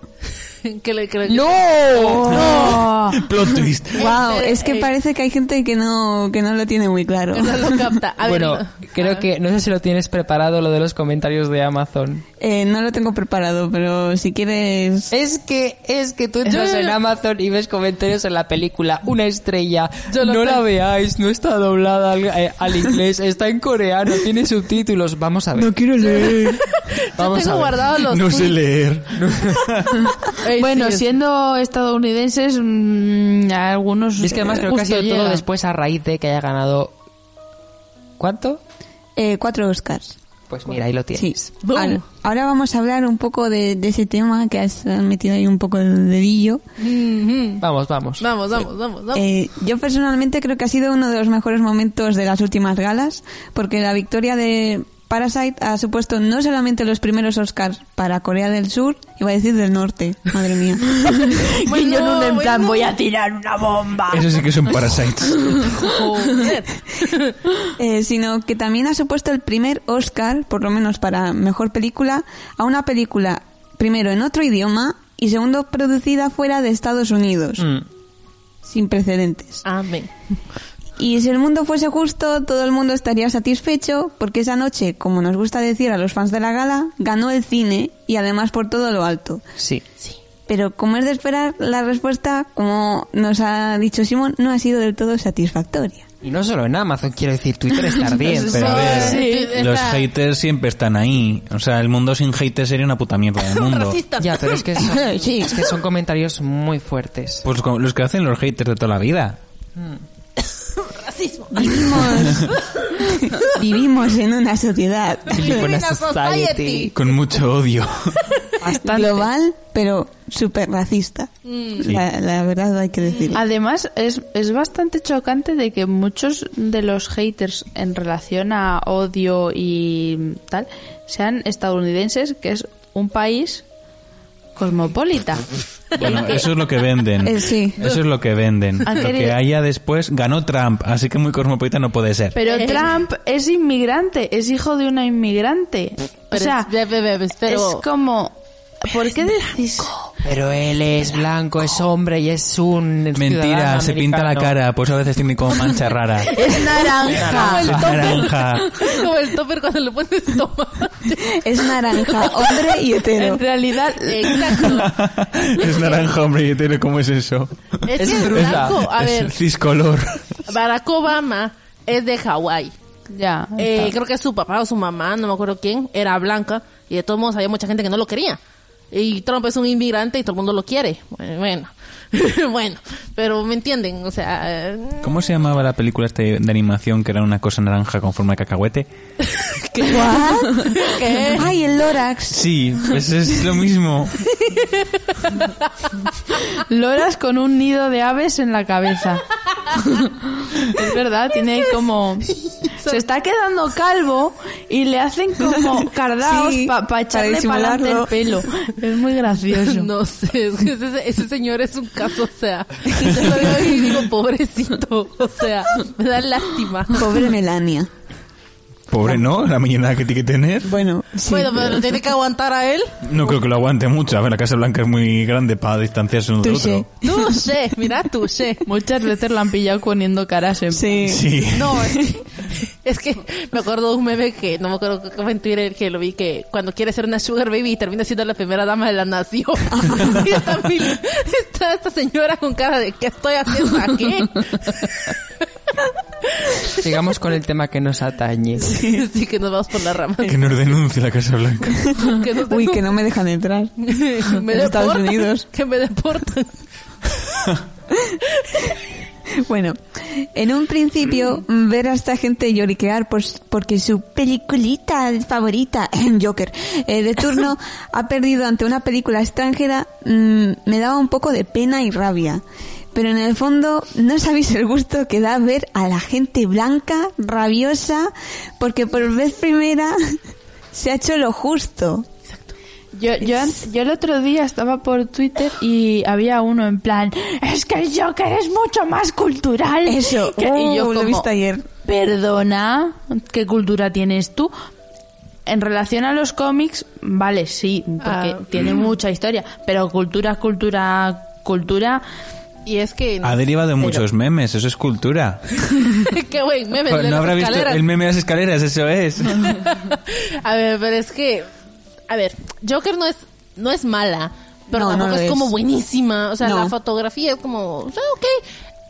Speaker 2: que le, que le-
Speaker 4: Oh.
Speaker 3: ¡No!
Speaker 4: Plot twist.
Speaker 5: Wow,
Speaker 2: Ese,
Speaker 5: es que
Speaker 2: eh,
Speaker 5: parece que hay gente que no que no lo tiene muy claro.
Speaker 2: que no lo capta. A ver,
Speaker 1: bueno,
Speaker 2: no.
Speaker 1: creo que no sé si lo tienes preparado lo de los comentarios de Amazon.
Speaker 5: Eh, no lo tengo preparado, pero si quieres
Speaker 1: Es que es que tú entras
Speaker 2: Eh.
Speaker 1: en Amazon y ves comentarios en la película una estrella. no la veáis, no está doblada al, eh, al inglés, está en coreano, tiene subtítulos. Vamos a ver.
Speaker 5: quiero leer.
Speaker 1: Vamos
Speaker 2: tengo
Speaker 1: a ver.
Speaker 2: guardado los
Speaker 4: No sé
Speaker 2: tweets.
Speaker 4: leer.
Speaker 2: Ey,
Speaker 3: Bueno,
Speaker 2: sí,
Speaker 3: siendo estadounidenses, mm, a algunos.
Speaker 1: Y es que además
Speaker 3: eh,
Speaker 1: creo que ha
Speaker 3: gusto
Speaker 1: sido todo
Speaker 3: llega.
Speaker 1: después a raíz de que haya ganado. ¿Cuánto?
Speaker 5: Eh, cuatro Oscars.
Speaker 1: Pues mira, ahí lo
Speaker 5: Sí.
Speaker 1: tienes.
Speaker 2: Boom.
Speaker 5: Al- ahora vamos a hablar un poco de, de ese tema que has metido ahí un poco el dedillo.
Speaker 2: Mhm.
Speaker 1: Vamos, vamos.
Speaker 2: Vamos, vamos, vamos, vamos.
Speaker 5: Eh, yo personalmente creo que ha sido uno de los mejores momentos de las últimas galas, porque la victoria de Parasite ha supuesto no solamente los primeros Oscars para Corea del Sur, iba a decir del Norte, madre mía.
Speaker 2: Bueno,
Speaker 3: Guiño en un en plan,
Speaker 2: bueno.
Speaker 3: voy a tirar una bomba.
Speaker 4: Eso sí que son parasites.
Speaker 2: Joder.
Speaker 5: Eh, sino que también ha supuesto el primer Oscar, por lo menos para mejor película, a una película, primero en otro idioma y segundo producida fuera de Estados Unidos,
Speaker 1: Mm.
Speaker 5: sin precedentes.
Speaker 2: Amén.
Speaker 5: Y si el mundo fuese justo, todo el mundo estaría satisfecho, porque esa noche, como nos gusta decir a los fans de la gala, ganó el cine y además por todo lo alto.
Speaker 1: Sí.
Speaker 5: Pero como es de esperar, la respuesta, como nos ha dicho Simón, no ha sido del todo satisfactoria.
Speaker 1: Y no solo en Amazon, quiero decir, Twitter está bien.
Speaker 4: Pero a ver,
Speaker 2: Sí.
Speaker 4: los
Speaker 2: Esa-
Speaker 4: haters siempre están ahí. O sea, el mundo sin haters sería una puta mierda del mundo.
Speaker 2: Racista.
Speaker 1: Ya, pero es que son, es que son comentarios muy fuertes.
Speaker 4: Pues como los que hacen los haters de toda la vida.
Speaker 2: Racismo.
Speaker 5: Vivimos, vivimos en una sociedad
Speaker 1: Filipina
Speaker 2: Filipina Society.
Speaker 4: Con mucho odio.
Speaker 5: global, pero súper racista. La, la verdad hay que decirlo.
Speaker 3: Además, es, es bastante chocante de que muchos de los haters en relación a odio y tal sean estadounidenses, que es un país cosmopolita.
Speaker 4: Bueno, eso es lo que venden.
Speaker 5: Eh, sí.
Speaker 4: Eso es lo que venden.
Speaker 3: Han
Speaker 4: Lo que
Speaker 3: querido-
Speaker 4: haya después ganó Trump, así que muy cosmopolita no puede ser.
Speaker 3: Pero
Speaker 2: Eh.
Speaker 3: Trump es inmigrante, es hijo de una inmigrante. O
Speaker 2: Pero
Speaker 3: sea,
Speaker 2: es- ve, ve, ve, ve, pero-
Speaker 3: es como... ¿Por qué decís?
Speaker 1: Pero él es blanco, es hombre y es un.
Speaker 4: Mentira,
Speaker 1: ciudadano
Speaker 4: se pinta la
Speaker 1: americano.
Speaker 4: cara, pues a veces tiene como mancha rara.
Speaker 5: Es naranja.
Speaker 2: el topper.
Speaker 4: Naranja.
Speaker 2: Como el topper cuando le pones tomate.
Speaker 5: es naranja, hombre y hetero.
Speaker 3: En realidad,
Speaker 2: Exacto.
Speaker 4: es naranja, hombre, y hetero, ¿cómo es eso?
Speaker 2: Es,
Speaker 1: Es
Speaker 2: que es
Speaker 1: fruta.
Speaker 2: blanco. A
Speaker 4: es
Speaker 2: ver,
Speaker 4: ciscolor.
Speaker 2: Barack Obama es de Hawái.
Speaker 3: ya.
Speaker 2: Eh,
Speaker 3: está.
Speaker 2: creo que su papá o su mamá, no me acuerdo quién, era blanca y de todos modos había mucha gente que no lo quería. Y Trump es un inmigrante y todo el mundo lo quiere. Bueno, bueno, Bueno, pero me entienden, o sea, eh,
Speaker 4: ¿Cómo se llamaba la película esta de animación que era una cosa naranja con forma de cacahuete?
Speaker 5: ¿What?
Speaker 2: ¿qué?
Speaker 5: Ay, el Lorax.
Speaker 4: Sí, pues es lo mismo.
Speaker 3: Loras con un nido de aves en la cabeza. es verdad, tiene ahí como... Se está quedando calvo y le hacen como cardaos
Speaker 5: Sí,
Speaker 3: pa- pa
Speaker 5: para
Speaker 3: echarle para adelante el
Speaker 5: disimularlo.
Speaker 3: pelo. Es muy gracioso.
Speaker 2: No sé, es que ese, ese señor es un caso, o sea, yo lo veo y digo, pobrecito, o sea, me da lástima.
Speaker 5: Pobre Melania.
Speaker 4: Pobre, ¿no? La millonada que tiene que tener.
Speaker 5: Bueno, sí.
Speaker 2: bueno, pero lo tiene que aguantar a él.
Speaker 4: No creo que lo aguante mucho. A ver, la Casa Blanca es muy grande para distanciarse uno del
Speaker 5: Touché.
Speaker 4: otro.
Speaker 2: Tú, sé, mira, tú, sé.
Speaker 3: Muchas veces la han pillado poniendo caras en...
Speaker 5: Sí.
Speaker 4: Sí.
Speaker 2: No, es que, es que me acuerdo de un meme que no me acuerdo que fue en Twitter que lo vi que cuando quiere ser una sugar baby termina siendo la primera dama de la nación. y está, mi- está esta señora con cara de ¿qué estoy haciendo aquí?
Speaker 1: Sigamos con el tema que nos atañe.
Speaker 2: Así que nos vamos por las ramas.
Speaker 4: Que nos denuncie la Casa Blanca.
Speaker 2: Que nos-
Speaker 5: Uy, que no me dejan entrar.
Speaker 2: me
Speaker 5: en Estados
Speaker 2: deportan,
Speaker 5: Unidos.
Speaker 2: Que me deportan.
Speaker 5: Bueno, en un principio mm, ver a esta gente lloriquear por, porque su peliculita favorita, Joker, eh, de turno ha perdido ante una película extranjera mm, me daba un poco de pena y rabia. Pero en el fondo no sabéis el gusto que da ver a la gente blanca, rabiosa, porque por vez primera se ha hecho lo justo.
Speaker 3: Yo, yo, an- yo el otro día estaba por Twitter y había uno en plan, es que el Joker es mucho más cultural.
Speaker 5: Eso,
Speaker 3: que-". y yo
Speaker 5: uh, lo he
Speaker 3: como,
Speaker 5: visto ayer.
Speaker 3: Perdona, ¿qué cultura tienes tú? En relación a los cómics, vale, sí, porque
Speaker 2: Ah.
Speaker 3: tiene mucha historia, pero cultura, cultura, cultura...
Speaker 2: Y es que
Speaker 4: Ha derivado en muchos memes, eso es cultura. Pues
Speaker 2: qué buen meme el de
Speaker 4: no
Speaker 2: las
Speaker 4: habrá visto
Speaker 2: escaleras.
Speaker 4: el meme de las escaleras, eso es.
Speaker 2: A ver, pero es que a ver, Joker no es no es mala, pero
Speaker 5: No, no
Speaker 2: tampoco
Speaker 5: lo
Speaker 2: es,
Speaker 5: es.
Speaker 2: como buenísima, o sea,
Speaker 5: No.
Speaker 2: la fotografía es como, o sea, ok.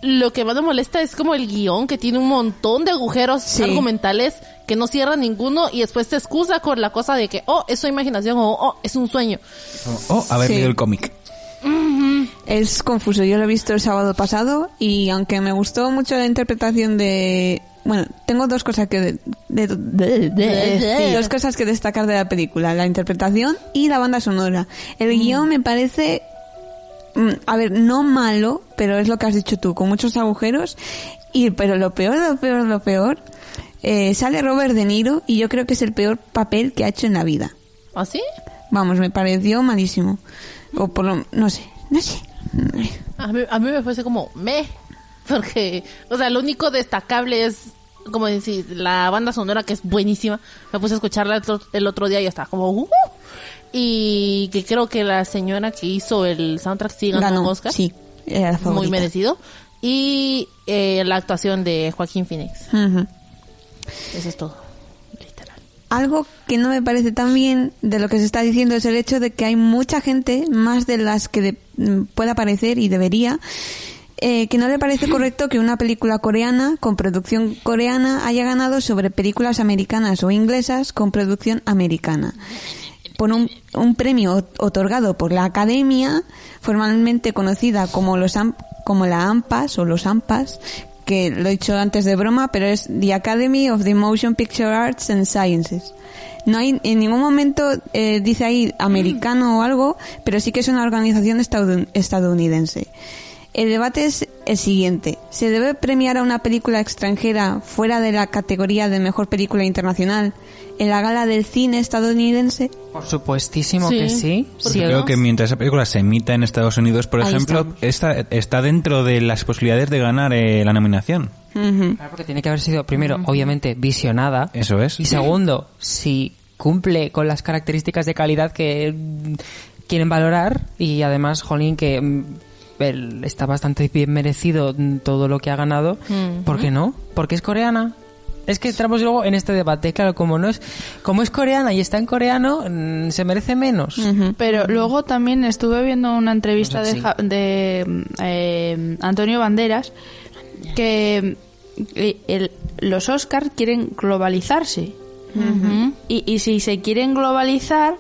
Speaker 2: Lo que más me molesta es como el guión que tiene un montón de agujeros
Speaker 5: Sí.
Speaker 2: argumentales que no cierra ninguno y después se excusa con la cosa de que, oh, es su imaginación o, oh, es un sueño.
Speaker 4: Oh, haber
Speaker 5: Sí.
Speaker 4: leído el cómic.
Speaker 5: Es confuso, yo lo he visto el sábado pasado y aunque me gustó mucho la interpretación de... Bueno, tengo dos cosas que de- de- de- de- dos cosas que destacar de la película, la interpretación y la banda sonora. El guión me parece, mm, a ver, no malo, pero es lo que has dicho tú, con muchos agujeros. Y pero lo peor, lo peor, lo peor, eh, sale Robert De Niro y yo creo que es el peor papel que ha hecho en la vida.
Speaker 2: ¿Ah, sí?
Speaker 5: Vamos, me pareció malísimo, o por lo, no sé, no sé.
Speaker 2: A mí, a mí me parece como me, porque, o sea, lo único destacable es, como decir, la banda sonora que es buenísima. Me puse a escucharla el otro, el otro día y estaba como, "Uh". y que creo que la señora que hizo el soundtrack sí ganó, un Oscar.
Speaker 5: Sí, era la favorita.
Speaker 2: muy merecido. Y eh, la actuación de Joaquín Phoenix.
Speaker 5: Ujú.
Speaker 2: Eso es todo. Literal.
Speaker 5: Algo que no me parece tan bien de lo que se está diciendo es el hecho de que hay mucha gente, más de las que de- mm, pueda parecer y debería, eh, que no le parece correcto que una película coreana con producción coreana haya ganado sobre películas americanas o inglesas con producción americana. Por un, un premio ot- otorgado por la Academia, formalmente conocida como, los Am- como la AMPAS o los AMPAS, que lo he dicho antes de broma, pero es The Academy of the Motion Picture Arts and Sciences. No hay en ningún momento eh, dice ahí americano o algo, pero sí que es una organización estadoun- estadounidense. El debate es el siguiente. ¿Se debe premiar a una película extranjera fuera de la categoría de mejor película internacional en la gala del cine estadounidense?
Speaker 1: Por supuestísimo
Speaker 2: Sí.
Speaker 1: que sí.
Speaker 2: ¿Por
Speaker 1: Sí,
Speaker 2: qué
Speaker 1: ¿no?
Speaker 4: Creo que mientras esa película se emita en Estados Unidos, por
Speaker 5: Ahí
Speaker 4: ejemplo, está, está dentro de las posibilidades de ganar eh, la nominación.
Speaker 5: Ujú.
Speaker 1: Claro, porque tiene que haber sido, primero, obviamente, visionada.
Speaker 4: Eso es.
Speaker 1: Y segundo, si cumple con las características de calidad que, quieren valorar y además, Jolín, que mm, él está bastante bien merecido mm, todo lo que ha ganado. ¿Por qué no? Porque es coreana. Es que entramos luego en este debate. Claro, como no es, como es coreana y está en coreano, mm, se merece menos.
Speaker 3: Pero luego también estuve viendo una entrevista
Speaker 1: Pues
Speaker 3: de,
Speaker 1: así.
Speaker 3: Ja- de, mm, eh, Antonio Banderas que mm, que el- los Oscars quieren globalizarse. y, y si se quieren globalizar,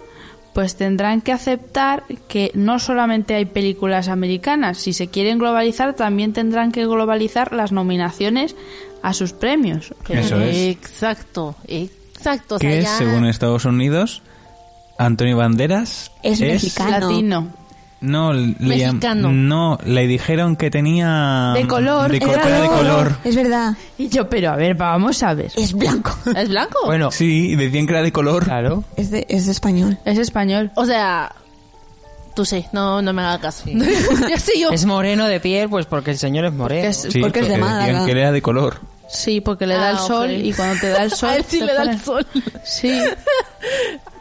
Speaker 3: pues tendrán que aceptar que no solamente hay películas americanas. Si se quieren globalizar, también tendrán que globalizar las nominaciones a sus premios.
Speaker 4: Eso es.
Speaker 2: Exacto, exacto. o sea,
Speaker 4: que
Speaker 2: ya-
Speaker 4: según Estados Unidos, Antonio Banderas
Speaker 5: Es mexicano. Ah, no.
Speaker 3: Latino.
Speaker 4: No, le,
Speaker 2: Mexicano.
Speaker 4: no, le dijeron que tenía
Speaker 3: De color,
Speaker 4: de, co-
Speaker 3: era
Speaker 4: era de color.
Speaker 5: Es verdad,
Speaker 3: Y yo, pero a ver, vamos a ver.
Speaker 5: es blanco.
Speaker 2: ¿Es blanco?
Speaker 1: Bueno,
Speaker 4: Sí, decían que era de color.
Speaker 1: claro.
Speaker 5: Es de, es de español.
Speaker 3: Es español.
Speaker 2: O sea, tú sí, no, no me hagas caso. ya sé yo.
Speaker 1: Es moreno de piel, pues porque el señor es
Speaker 3: Que
Speaker 1: moreno.
Speaker 3: es-
Speaker 4: Sí, eh,
Speaker 5: porque es de Málaga.
Speaker 4: decían que era de color.
Speaker 3: Sí, porque le da
Speaker 2: Ah,
Speaker 3: el
Speaker 2: ok.
Speaker 3: sol y cuando te da el sol...
Speaker 2: A él sí
Speaker 3: te
Speaker 2: le da el
Speaker 3: ponen-
Speaker 2: sol.
Speaker 3: Sí,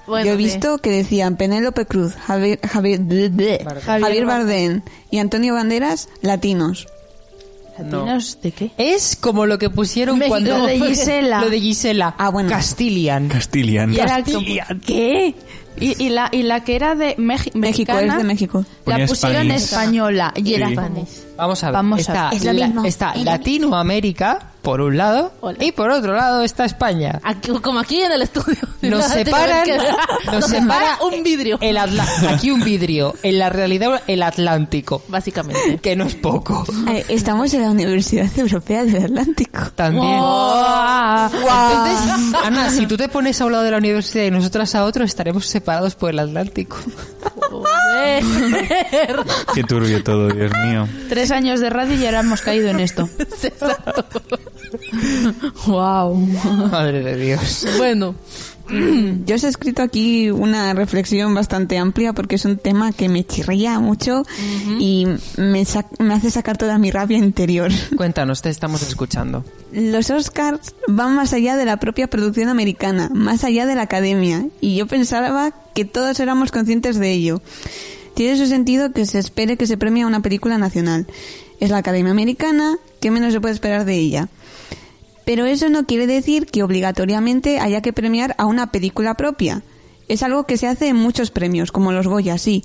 Speaker 2: Bueno,
Speaker 5: Yo he
Speaker 2: sí.
Speaker 5: visto que decían Penélope Cruz, Javier, Javier, bleh, bleh,
Speaker 1: Bardem.
Speaker 5: Javier Bardem y Antonio Banderas, latinos.
Speaker 3: ¿Latinos de qué?
Speaker 1: Es como lo que pusieron
Speaker 3: México,
Speaker 1: cuando...
Speaker 3: lo de Gisela.
Speaker 1: Lo de Gisela.
Speaker 5: Ah, bueno.
Speaker 1: Castilian.
Speaker 4: Castilian.
Speaker 3: Y era como- ¿Qué? Y, y la, y la que era de Meji-
Speaker 5: México,
Speaker 3: mexicana,
Speaker 5: es de México.
Speaker 4: Ponía
Speaker 3: la pusieron
Speaker 4: Spanish.
Speaker 3: española y era
Speaker 4: Sí.
Speaker 3: como...
Speaker 1: Vamos a ver.
Speaker 3: Vamos a
Speaker 1: está
Speaker 5: ver. Es lo
Speaker 1: la-
Speaker 5: mismo.
Speaker 1: está
Speaker 5: Es lo
Speaker 1: Latinoamérica, por un lado,
Speaker 2: Hola.
Speaker 1: y por otro lado está España.
Speaker 2: Aquí- como aquí en el estudio.
Speaker 1: Nos
Speaker 2: Tengo
Speaker 1: separan,
Speaker 2: que-
Speaker 1: nos separa
Speaker 2: un vidrio.
Speaker 1: El Atla- aquí un vidrio. En la realidad, el Atlántico.
Speaker 2: Básicamente.
Speaker 1: Que no es poco.
Speaker 5: Eh, Estamos en la Universidad Europea del Atlántico.
Speaker 1: También.
Speaker 2: Wow.
Speaker 1: Entonces, Ana, si tú te pones a un lado de la universidad y nosotras a otro, estaremos separados por el Atlántico.
Speaker 3: "Eh,
Speaker 2: Joder.
Speaker 4: Qué turbio todo, Dios mío.
Speaker 3: Tres años de radio y ya hemos caído en esto. wow.
Speaker 1: Madre de Dios.
Speaker 2: bueno,
Speaker 5: Yo os he escrito aquí una reflexión bastante amplia porque es un tema que me chirría mucho y me, sac- me hace sacar toda mi rabia interior.
Speaker 1: Cuéntanos, te estamos escuchando.
Speaker 5: Los Oscars van más allá de la propia producción americana, más allá de la academia, y yo pensaba que todos éramos conscientes de ello. Tiene su sentido que se espere que se premie a una película nacional. Es la academia americana, ¿qué menos se puede esperar de ella? Pero eso no quiere decir que obligatoriamente haya que premiar a una película propia. Es algo que se hace en muchos premios, como los Goya, sí,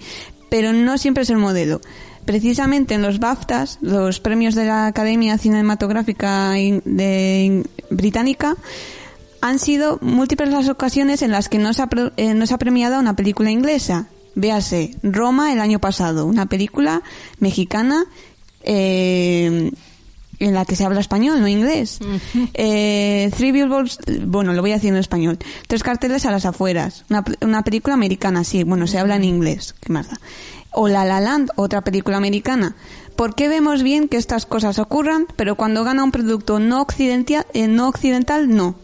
Speaker 5: pero no siempre es el modelo. Precisamente en los BAFTAs, los premios de la Academia Cinematográfica in- de- in- Británica, han sido múltiples las ocasiones en las que no se ha, pro- eh, no se ha premiado a una película inglesa. Véase, Roma el año pasado, una película mexicana eh, en la que se habla español, no inglés. Eh, Three Billboards, bueno, lo voy a decir en español. Tres carteles a las afueras. Una, pe- una película americana, sí, bueno, se habla en inglés. ¿Qué más da? O La La Land, otra película americana. ¿Por qué vemos bien que estas cosas ocurran, pero cuando gana un producto no occidental, no, occidental, no?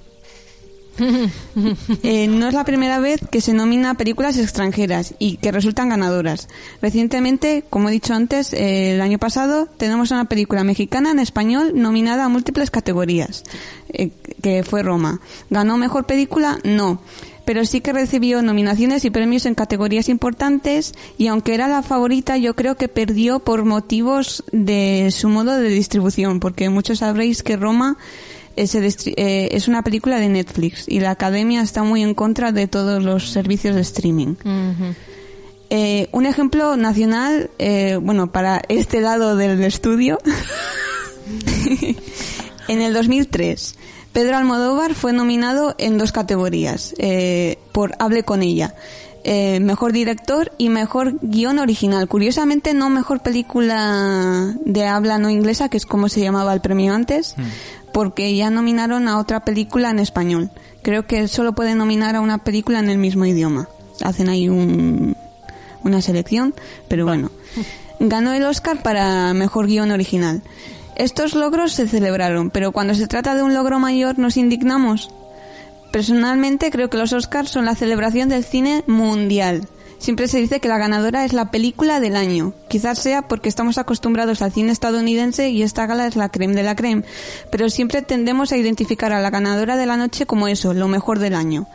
Speaker 5: Eh, no es la primera vez que se nomina a películas extranjeras y que resultan ganadoras. Recientemente, como he dicho antes, eh, el año pasado tenemos una película mexicana en español nominada a múltiples categorías, eh, que fue Roma. ¿Ganó mejor película? No. Pero sí que recibió nominaciones y premios en categorías importantes y aunque era la favorita yo creo que perdió por motivos de su modo de distribución, porque muchos sabréis que Roma eh, se destri- eh, es una película de Netflix y la academia está muy en contra de todos los servicios de streaming. Eh, un ejemplo nacional, eh, bueno, para este lado del estudio, en el 2003, Pedro Almodóvar fue nominado en dos categorías eh, por Hable con ella. Eh, mejor director y mejor guión original. Curiosamente, no mejor película de habla no inglesa, que es como se llamaba el premio antes, porque ya nominaron a otra película en español. Creo que solo pueden nominar a una película en el mismo idioma. Hacen ahí un, una selección, pero bueno. Ganó el Oscar para mejor guión original. Estos logros se celebraron, pero cuando se trata de un logro mayor nos indignamos. Personalmente creo que los Oscars son la celebración del cine mundial. siempre se dice que la ganadora es la película del año. Quizás sea porque estamos acostumbrados al cine estadounidense y esta gala es la creme de la creme, pero siempre tendemos a identificar a la ganadora de la noche como eso, lo mejor del año.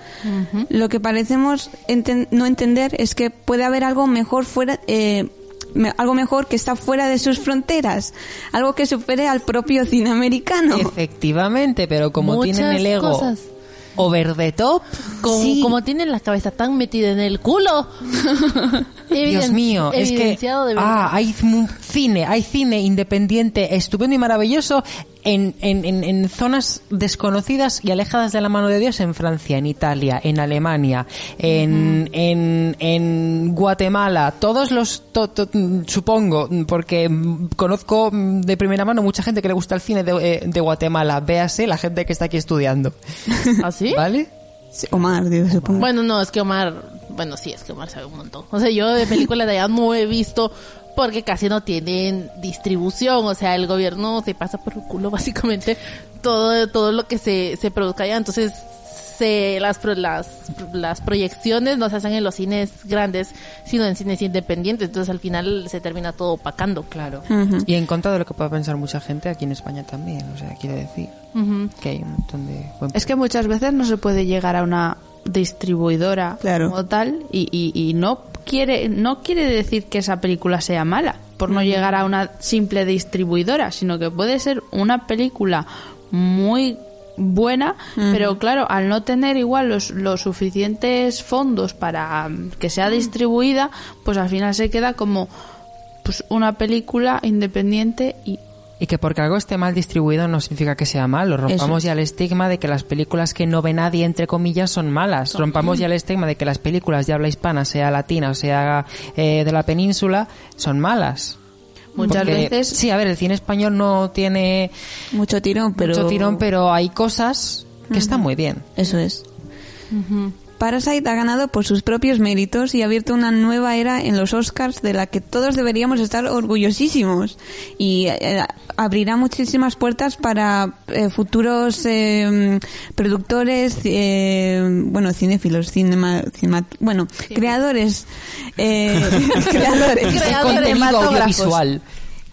Speaker 5: Lo que parecemos enten- no entender es que puede haber algo mejor fuera eh, me- algo mejor que está fuera de sus fronteras, algo que supere al propio cine americano.
Speaker 1: Efectivamente, pero como
Speaker 2: Muchas
Speaker 1: tienen el ego
Speaker 2: cosas.
Speaker 1: over the top,
Speaker 2: Como,
Speaker 5: Sí.
Speaker 2: como tienen la cabeza tan metida en el culo.
Speaker 1: Dios
Speaker 2: Eviden-
Speaker 1: mío, es que
Speaker 2: evidenciado de verdad.
Speaker 1: ah, hay mu- cine, hay cine independiente, estupendo y maravilloso en, en, en, en zonas desconocidas y alejadas de la mano de Dios en Francia, en Italia, en Alemania, en, en, en Guatemala, todos los to- to- mm, supongo, mm, porque mm, conozco mm, de primera mano mucha gente que le gusta el cine de, eh, de Guatemala, véase la gente que está aquí estudiando,
Speaker 2: ¿Ah, sí?
Speaker 1: ¿vale?
Speaker 5: Sí, Omar, digo, supongo.
Speaker 2: Bueno, no, es que Omar, bueno, sí, es que Omar sabe un montón. O sea, yo de películas de allá no he visto porque casi no tienen distribución, o sea, el gobierno se pasa por el culo básicamente todo todo lo que se, se produzca allá, entonces se las pro- las las proyecciones no se hacen en los cines grandes, sino en cines independientes, entonces al final se termina todo opacando, claro.
Speaker 5: Ujú.
Speaker 1: Y en contra de lo que pueda pensar mucha gente, aquí en España también, o sea, quiero decir que hay un montón de... buen-
Speaker 3: Es que muchas veces no se puede llegar a una distribuidora
Speaker 5: Claro.
Speaker 3: como tal y, y- y no quiere no quiere decir que esa película sea mala por no llegar a una simple distribuidora, sino que puede ser una película muy buena, pero claro, al no tener igual los, los suficientes fondos para mm, que sea distribuida, pues al final se queda como pues una película independiente y
Speaker 1: Y que porque algo esté mal distribuido no significa que sea malo. Rompamos ya el estigma de que las películas que no ve nadie, entre comillas, son malas. Rompamos ya el estigma de que las películas de habla hispana, sea latina o sea eh, de la península, son malas.
Speaker 3: muchas
Speaker 1: Porque-
Speaker 3: veces
Speaker 1: Sí, a ver, el cine español no tiene
Speaker 5: Mucho tirón, pero...
Speaker 1: mucho tirón, pero hay cosas que están muy bien.
Speaker 5: Eso es. Parasite ha ganado por sus propios méritos y ha abierto una nueva era en los Oscars de la que todos deberíamos estar orgullosísimos y eh, abrirá muchísimas puertas para eh, futuros eh, productores, eh, bueno, cinéfilos, cinema, cinema- bueno, creadores, eh, creadores,
Speaker 1: De
Speaker 2: Creadores,
Speaker 1: contenido
Speaker 5: cinematógrafos.
Speaker 1: audiovisual.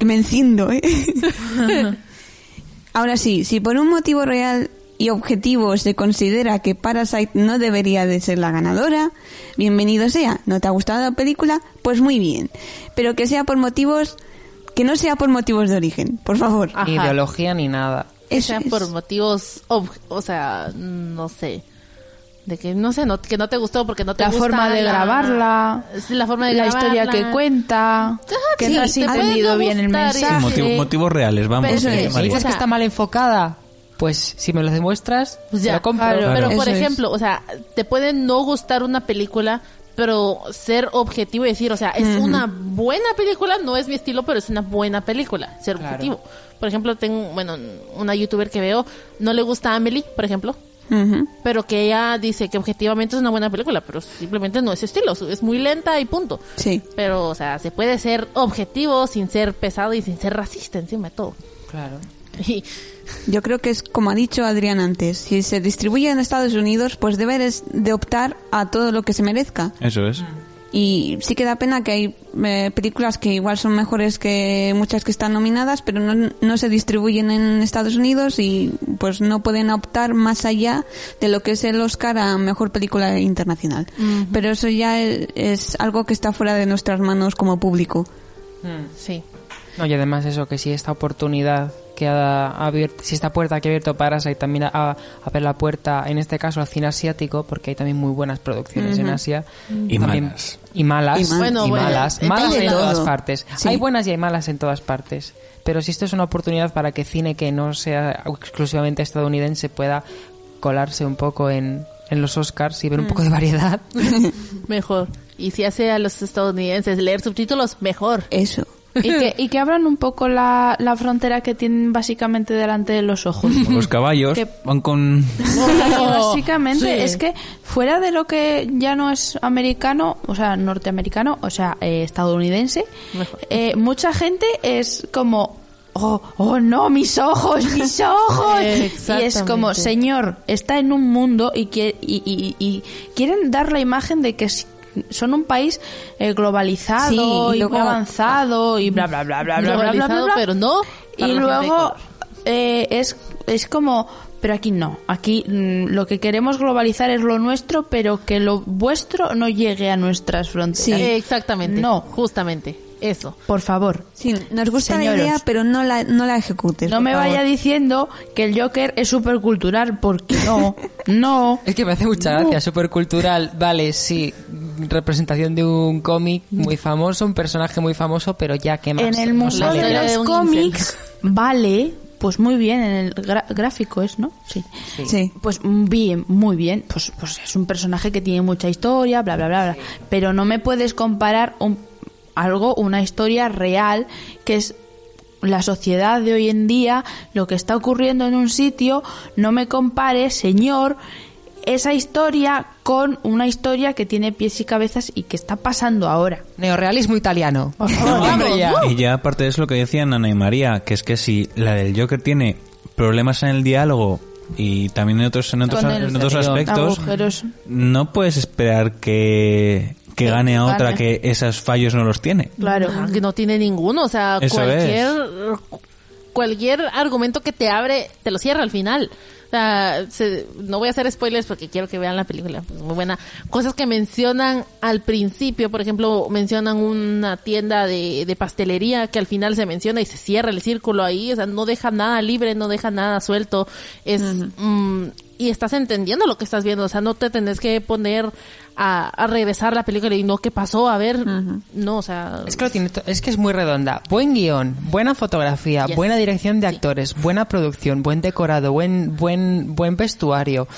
Speaker 5: Me encindo, ¿eh? Ahora sí, si por un motivo real y objetivo se considera que Parasite no debería de ser la ganadora, bienvenido sea. ¿No te ha gustado la película? Pues muy bien. Pero que sea por motivos... Que no sea por motivos de origen, por favor.
Speaker 2: Ajá.
Speaker 1: Ni ideología ni nada.
Speaker 2: Ah, que
Speaker 5: Eso
Speaker 2: sea
Speaker 5: es.
Speaker 2: por motivos, ob- o sea, no sé, de que no sé, no, que no te gustó porque no te
Speaker 3: la
Speaker 2: gusta
Speaker 3: forma de
Speaker 2: la-
Speaker 3: grabarla,
Speaker 2: Sí, la forma de
Speaker 3: la
Speaker 2: grabarla.
Speaker 3: historia que cuenta, que
Speaker 5: sí,
Speaker 3: no has
Speaker 5: te puede
Speaker 3: entendido
Speaker 2: no
Speaker 3: bien el
Speaker 2: gustar y-
Speaker 4: Sí,
Speaker 2: Ah,
Speaker 3: mensaje.
Speaker 4: motivo-
Speaker 2: sí.
Speaker 4: motivos reales, vamos.
Speaker 2: Pero
Speaker 4: eh,
Speaker 2: es,
Speaker 4: María.
Speaker 1: ¿Dices
Speaker 2: sea-
Speaker 1: que está mal enfocada? Pues si me lo demuestras,
Speaker 2: Pues
Speaker 1: te
Speaker 2: ya,
Speaker 1: lo compro.
Speaker 3: claro.
Speaker 2: pero
Speaker 5: Claro.
Speaker 2: por
Speaker 5: Eso es.
Speaker 2: ejemplo, o sea, te puede no gustar una película, pero ser objetivo y decir, o sea, es una buena película, no es mi estilo, pero es una buena película, ser
Speaker 1: Claro.
Speaker 2: objetivo. Por ejemplo, tengo, bueno, una youtuber que veo, no le gusta Amelie, por ejemplo,
Speaker 5: Ujú.
Speaker 2: pero que ella dice que objetivamente es una buena película, pero simplemente no es su estilo, su- es muy lenta y punto.
Speaker 5: Sí.
Speaker 2: Pero, o sea, se puede ser objetivo sin ser pesado y sin ser racista encima de todo.
Speaker 1: Claro.
Speaker 2: Y,
Speaker 5: Yo creo que es como ha dicho Adrián antes, si se distribuye en Estados Unidos, pues deber es de optar a todo lo que se merezca.
Speaker 4: Eso es.
Speaker 5: Y sí que da pena que hay eh, películas que igual son mejores que muchas que están nominadas, pero no, no se distribuyen en Estados Unidos y pues no pueden optar más allá de lo que es el Oscar a Mejor Película Internacional. Pero eso ya e- es, algo que está fuera de nuestras manos como público.
Speaker 2: sí.
Speaker 1: No, y además eso, que si esta oportunidad que ha abierto, si esta puerta que ha abierto Parasite también a- a- abre la puerta, en este caso al cine asiático, porque hay también muy buenas producciones en Asia.
Speaker 4: Y
Speaker 1: También-
Speaker 4: malas.
Speaker 1: Y malas.
Speaker 5: Y
Speaker 1: Y,
Speaker 5: malas.
Speaker 2: Bueno, bueno,
Speaker 1: malas.
Speaker 2: hay
Speaker 1: Malas
Speaker 2: de
Speaker 1: en
Speaker 5: todo.
Speaker 1: todas partes.
Speaker 5: Sí.
Speaker 1: Hay buenas y hay malas en todas partes. Pero si esto es una oportunidad para que cine que no sea exclusivamente estadounidense pueda colarse un poco en, en los Oscars y ver un poco de variedad.
Speaker 2: Mejor. Y si hace a los estadounidenses leer subtítulos, mejor.
Speaker 5: Eso.
Speaker 3: Y que, y que abran un poco la, la frontera que tienen básicamente delante de los ojos.
Speaker 4: Como Los caballos
Speaker 3: Que-
Speaker 4: van con...
Speaker 3: Y
Speaker 5: Oh,
Speaker 3: básicamente
Speaker 2: Sí.
Speaker 3: es que fuera de lo que ya no es americano, o sea, norteamericano, o sea, eh, estadounidense,
Speaker 2: Mejor.
Speaker 3: eh, mucha gente es como, oh, oh no, mis ojos, mis ojos. y es como,
Speaker 2: Exactamente.
Speaker 3: señor, está en un mundo y, quie- y, y- y- y quieren dar la imagen de que es son un país eh, globalizado
Speaker 5: Sí, y
Speaker 3: y
Speaker 5: luego- ah,
Speaker 3: muy avanzado y bla bla bla bla bla bla bla, bla,
Speaker 2: Globalizado,
Speaker 3: bla.
Speaker 2: pero no para
Speaker 3: y
Speaker 2: la gente de
Speaker 3: luego
Speaker 2: color.
Speaker 3: eh, es es como pero aquí no aquí mm, lo que queremos globalizar es lo nuestro pero que lo vuestro no llegue a nuestras fronteras
Speaker 5: Sí.
Speaker 2: Eh, exactamente.
Speaker 3: No.
Speaker 2: Justamente. Eso.
Speaker 3: por favor
Speaker 5: Sí, nos gusta
Speaker 3: Señoros.
Speaker 5: la idea, pero no la, no la ejecutes.
Speaker 3: no
Speaker 5: por
Speaker 3: me
Speaker 5: favor.
Speaker 3: vaya diciendo que el Joker es supercultural porque no no
Speaker 1: Es que me hace mucha gracia, supercultural, vale, sí, representación de un cómic muy famoso, un personaje muy famoso, pero ya que más.
Speaker 3: Mm. en el
Speaker 1: No
Speaker 3: mundo
Speaker 1: sale
Speaker 2: la
Speaker 3: de
Speaker 1: nada.
Speaker 2: historia de
Speaker 3: los
Speaker 2: un
Speaker 3: cómics vale pues muy bien en el gra- gráfico es no sí
Speaker 5: Sí.
Speaker 3: pues bien muy bien pues pues es un personaje que tiene mucha historia bla bla bla bla pero no me puedes comparar un algo una historia real que es la sociedad de hoy en día lo que está ocurriendo en un sitio no me compare señor esa historia con una historia que tiene pies y cabezas y que está pasando ahora
Speaker 1: Neorrealismo italiano.
Speaker 3: Por favor,
Speaker 1: Vamos ya.
Speaker 4: Y ya aparte de eso lo que decían Ana y María, que es que si la del Joker tiene problemas en el diálogo y también en otros, en otros,
Speaker 3: Con el-
Speaker 4: en otros
Speaker 1: Agujeros.
Speaker 4: aspectos,
Speaker 3: agujeros
Speaker 4: no puedes esperar que, que gane a otra que esos fallos no los tiene.
Speaker 3: Claro.
Speaker 2: Ah, que no tiene ninguno. O sea,
Speaker 4: Eso
Speaker 2: cualquier cualquier argumento que te abre, te lo cierra al final. O sea, se- no voy a hacer spoilers porque quiero que vean la película. pues, muy buena. Cosas que mencionan al principio, por ejemplo, mencionan una tienda de, de pastelería que al final se menciona y se cierra el círculo ahí. O sea, no deja nada libre, no deja nada suelto. Es. mm, y estás entendiendo lo que estás viendo, o sea, no te tenés que poner a, a regresar la película y no, ¿qué pasó? A ver, no, o sea...
Speaker 1: Es que, lo tiene to- es que es muy redonda. Buen guión, buena fotografía,
Speaker 2: Yes.
Speaker 1: buena dirección de
Speaker 2: Sí.
Speaker 1: actores, buena producción, buen decorado, buen, buen, buen vestuario,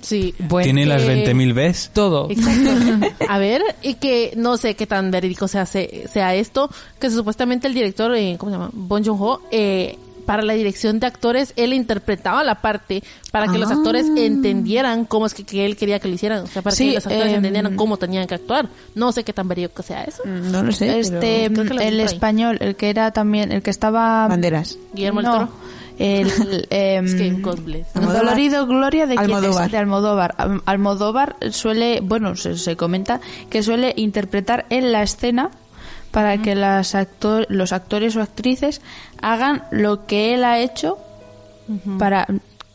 Speaker 2: Sí.
Speaker 1: buen
Speaker 4: tiene las
Speaker 2: eh,
Speaker 4: 20.000 veces.
Speaker 1: todo.
Speaker 2: Exacto. A ver, y que no sé qué tan verídico sea, se- sea esto, que supuestamente el director, eh, ¿cómo se llama? Bon Joon-ho, eh, para la dirección de actores, él interpretaba la parte para que los
Speaker 5: Ah.
Speaker 2: actores entendieran cómo es que, que él quería que lo hicieran, o sea, para
Speaker 3: Sí,
Speaker 2: que los actores
Speaker 3: em,
Speaker 2: entendieran cómo tenían que actuar. No sé qué tan verídico sea eso.
Speaker 5: Mm, No lo sé.
Speaker 3: este
Speaker 2: creo que lo vi
Speaker 3: el
Speaker 2: por ahí.
Speaker 3: español el que era también el que estaba
Speaker 5: pero- Banderas.
Speaker 2: Guillermo
Speaker 3: No,
Speaker 2: del Toro.
Speaker 3: el em,
Speaker 2: Es que God bless.
Speaker 5: Almodóvar.
Speaker 3: dolorido gloria de quién es?
Speaker 5: Almodóvar.
Speaker 3: de Almodóvar Am- Almodóvar suele bueno se, se comenta que suele interpretar en la escena para que las actor los actores o actrices hagan lo que él ha hecho para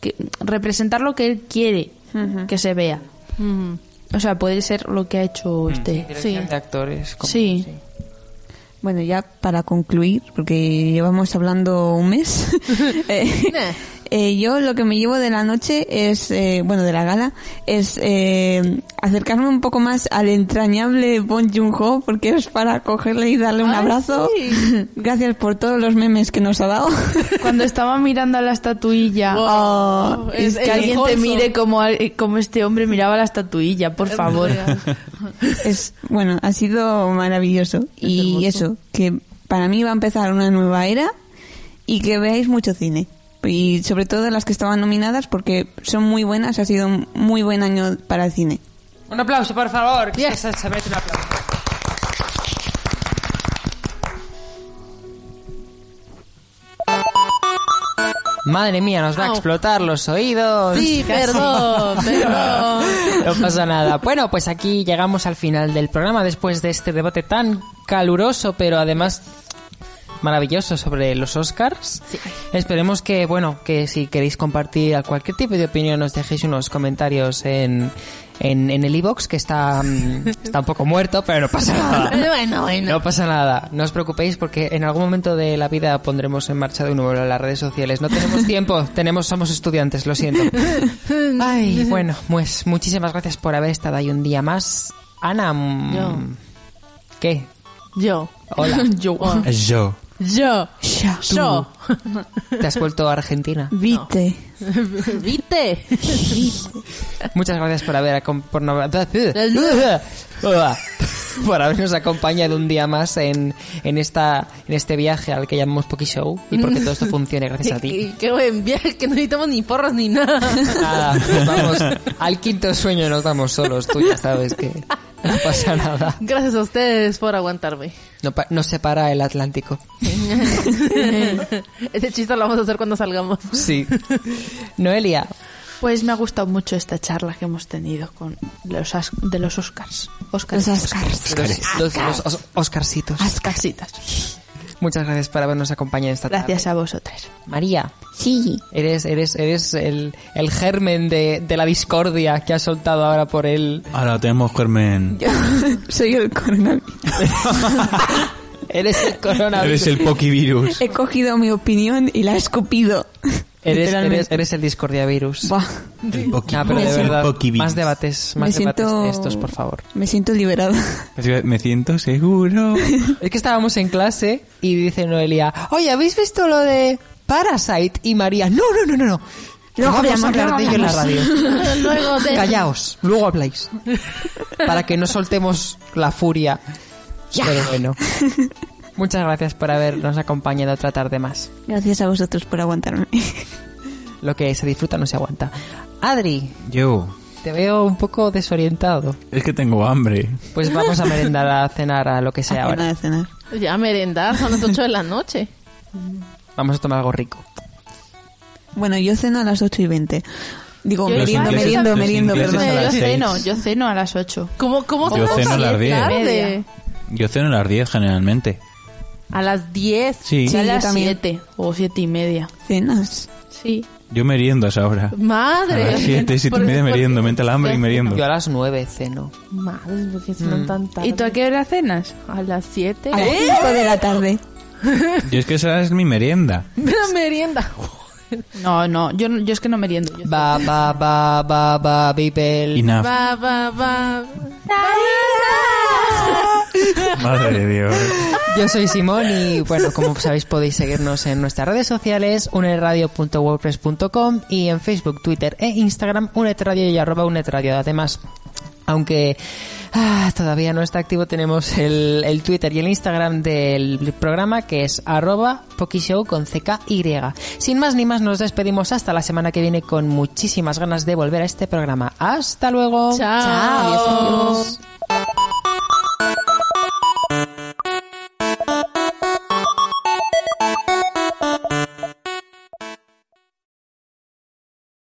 Speaker 3: que- representar lo que él quiere que se vea
Speaker 2: Mm.
Speaker 3: o sea puede ser lo que ha hecho este
Speaker 1: Dirección
Speaker 2: sí.
Speaker 1: de actores. como-
Speaker 3: sí.
Speaker 5: Bueno, ya para concluir, porque llevamos hablando un mes, eh,
Speaker 2: Nah.
Speaker 5: eh, yo lo que me llevo de la noche es, eh, bueno, de la gala, es eh, acercarme un poco más al entrañable Bon Joon-ho, porque es para cogerle y darle un
Speaker 2: Ay,
Speaker 5: abrazo.
Speaker 2: sí.
Speaker 5: Gracias por todos los memes que nos ha dado.
Speaker 3: Cuando estaba mirando a la estatuilla.
Speaker 2: Wow.
Speaker 5: Oh,
Speaker 3: Es,
Speaker 2: Es-
Speaker 3: que
Speaker 2: es
Speaker 3: alguien te
Speaker 2: Holson.
Speaker 3: mire como, al- como este hombre miraba la estatuilla, por favor.
Speaker 5: es bueno, ha sido maravilloso y eso que para mí va a empezar una nueva era y que veáis mucho cine y sobre todo las que estaban nominadas porque son muy buenas, ha sido un muy buen año para el cine.
Speaker 1: Un aplauso, por favor. que
Speaker 2: Yes.
Speaker 1: se, se merece un aplauso. Madre mía, nos va a
Speaker 2: Au.
Speaker 1: explotar los oídos.
Speaker 2: Sí, perdón, perdón.
Speaker 1: No pasa nada. Bueno, pues aquí llegamos al final del programa después de este debate tan caluroso, pero además maravilloso sobre los Oscars.
Speaker 2: Sí.
Speaker 1: Esperemos que, bueno, que si queréis compartir cualquier tipo de opinión, os dejéis unos comentarios en, en, en el iBox que está, mm, está un poco muerto, pero no pasa nada.
Speaker 2: Bueno, bueno.
Speaker 1: No pasa nada, no os preocupéis porque en algún momento de la vida pondremos en marcha de nuevo las redes sociales. No tenemos tiempo, tenemos somos estudiantes, lo siento. Ay, bueno, pues muchísimas gracias por haber estado ahí un día más. Ana, mm,
Speaker 2: Yo.
Speaker 1: ¿qué?
Speaker 2: Yo.
Speaker 1: Hola.
Speaker 2: Yo.
Speaker 4: Yo.
Speaker 2: Yo. Yo.
Speaker 1: ¿Te has vuelto a Argentina?
Speaker 5: Vite.
Speaker 2: ¿Viste?
Speaker 1: Muchas gracias por haber acom- por, no- por habernos acompañado un día más en, en esta en este viaje al que llamamos Poki Show y porque todo esto funcione gracias a ti.
Speaker 2: Qué, qué buen viaje, que no necesitamos ni porras ni nada.
Speaker 1: Nada, Ah, vamos al quinto sueño nos vamos solos, tú ya sabes que no pasa nada.
Speaker 2: Gracias a ustedes por aguantarme.
Speaker 1: No pa- nos separa el Atlántico.
Speaker 2: Ese chiste lo vamos a hacer cuando salgamos.
Speaker 1: Sí. Noelia,
Speaker 3: Pues me ha gustado mucho esta charla que hemos tenido con los as- de los Oscars. Oscars.
Speaker 5: Los Oscars.
Speaker 1: Los, los os- Oscarcitos.
Speaker 3: Oscarsitas.
Speaker 1: Muchas gracias por habernos acompañado esta tarde.
Speaker 3: Gracias a vosotras.
Speaker 1: María,
Speaker 5: Sí.
Speaker 1: eres, eres, eres el, el germen de, de la discordia que has soltado ahora por el,
Speaker 4: Ahora tenemos germen.
Speaker 5: Soy el coronavirus.
Speaker 1: Eres el
Speaker 4: Eres
Speaker 1: coronavirus.
Speaker 4: el poquivirus.
Speaker 5: He cogido mi opinión y la he escupido.
Speaker 1: Eres,
Speaker 5: Literalmente.
Speaker 1: eres- eres el discordiavirus.
Speaker 5: Buah,
Speaker 4: El poqui-
Speaker 1: Ah, pero de
Speaker 4: el
Speaker 1: verdad,
Speaker 4: poquivirus.
Speaker 1: más debates, más
Speaker 5: me
Speaker 1: debates
Speaker 5: siento...
Speaker 1: de estos, por favor.
Speaker 5: Me siento liberada.
Speaker 4: Pues Me siento seguro.
Speaker 1: Es que estábamos en clase y dice Noelia, oye, ¿habéis visto lo de Parasite? Y María, no, no, no, no, no.
Speaker 5: Luego
Speaker 1: vamos
Speaker 5: hablamos,
Speaker 1: a hablar
Speaker 5: luego
Speaker 1: de ello en la radio.
Speaker 2: Luego de...
Speaker 1: Callaos, luego habláis. Para que no soltemos la furia. Pero bueno. Muchas gracias por habernos acompañado otra tarde más.
Speaker 5: Gracias a vosotros por aguantarme.
Speaker 1: Lo que se disfruta no se aguanta. Adri,
Speaker 4: Yo.
Speaker 1: te veo un poco desorientado.
Speaker 4: Es que tengo hambre.
Speaker 1: Pues vamos a merendar, a cenar, a lo que sea
Speaker 5: Nada
Speaker 1: ahora.
Speaker 5: de cenar.
Speaker 2: Ya merendar, son las 8 de la noche.
Speaker 1: Vamos a tomar algo rico.
Speaker 5: Bueno, yo ceno a las 8 y 20. Digo,
Speaker 2: Yo
Speaker 5: meriendo,
Speaker 2: igual.
Speaker 5: meriendo,
Speaker 4: Los
Speaker 5: meriendo,
Speaker 4: ingleses
Speaker 5: perdón.
Speaker 4: a las
Speaker 3: yo
Speaker 4: seis.
Speaker 3: ceno, yo ceno a las 8.
Speaker 2: ¿Cómo, cómo
Speaker 4: Yo
Speaker 2: son
Speaker 4: ceno a las
Speaker 2: siete
Speaker 4: 10.
Speaker 2: tarde?
Speaker 4: Yo ceno a las 10 generalmente.
Speaker 2: A las 10.
Speaker 4: Sí.
Speaker 5: Sí.
Speaker 3: a
Speaker 5: yo
Speaker 3: las
Speaker 5: también.
Speaker 3: 7 o 7 y media.
Speaker 5: Cenas.
Speaker 3: Sí.
Speaker 4: Yo meriendo a esa hora.
Speaker 2: Madre.
Speaker 4: A las 7, 7 y
Speaker 2: Porque-
Speaker 4: media meriendo.
Speaker 2: porque-
Speaker 4: Menta el hambre y meriendo.
Speaker 1: Yo a las nueve ceno.
Speaker 2: Madre, porque son
Speaker 4: Mm.
Speaker 2: tan tarde.
Speaker 3: ¿Y tú a qué hora cenas?
Speaker 2: A las 7.
Speaker 5: A las 5 de la tarde.
Speaker 4: Yo es que esa es mi merienda.
Speaker 2: La merienda.
Speaker 3: No, no, yo, no- yo es que no meriendo. Yo-
Speaker 1: Ba, ba, ba, ba, ba, bibel.
Speaker 4: Enough.
Speaker 2: Va, va, va.
Speaker 4: Madre de Dios.
Speaker 1: Yo soy Simón y, bueno, como sabéis, podéis seguirnos en nuestras redes sociales, unerradio.wordpress.com y en Facebook, Twitter e Instagram, unetradio y arroba unetradio. Además, aunque ah, todavía no está activo, tenemos el, el Twitter y el Instagram del programa que es arroba pokishow con CKY. Sin más ni más, nos despedimos hasta la semana que viene con muchísimas ganas de volver a este programa. ¡Hasta luego!
Speaker 2: Chao.
Speaker 5: Adiós, adiós.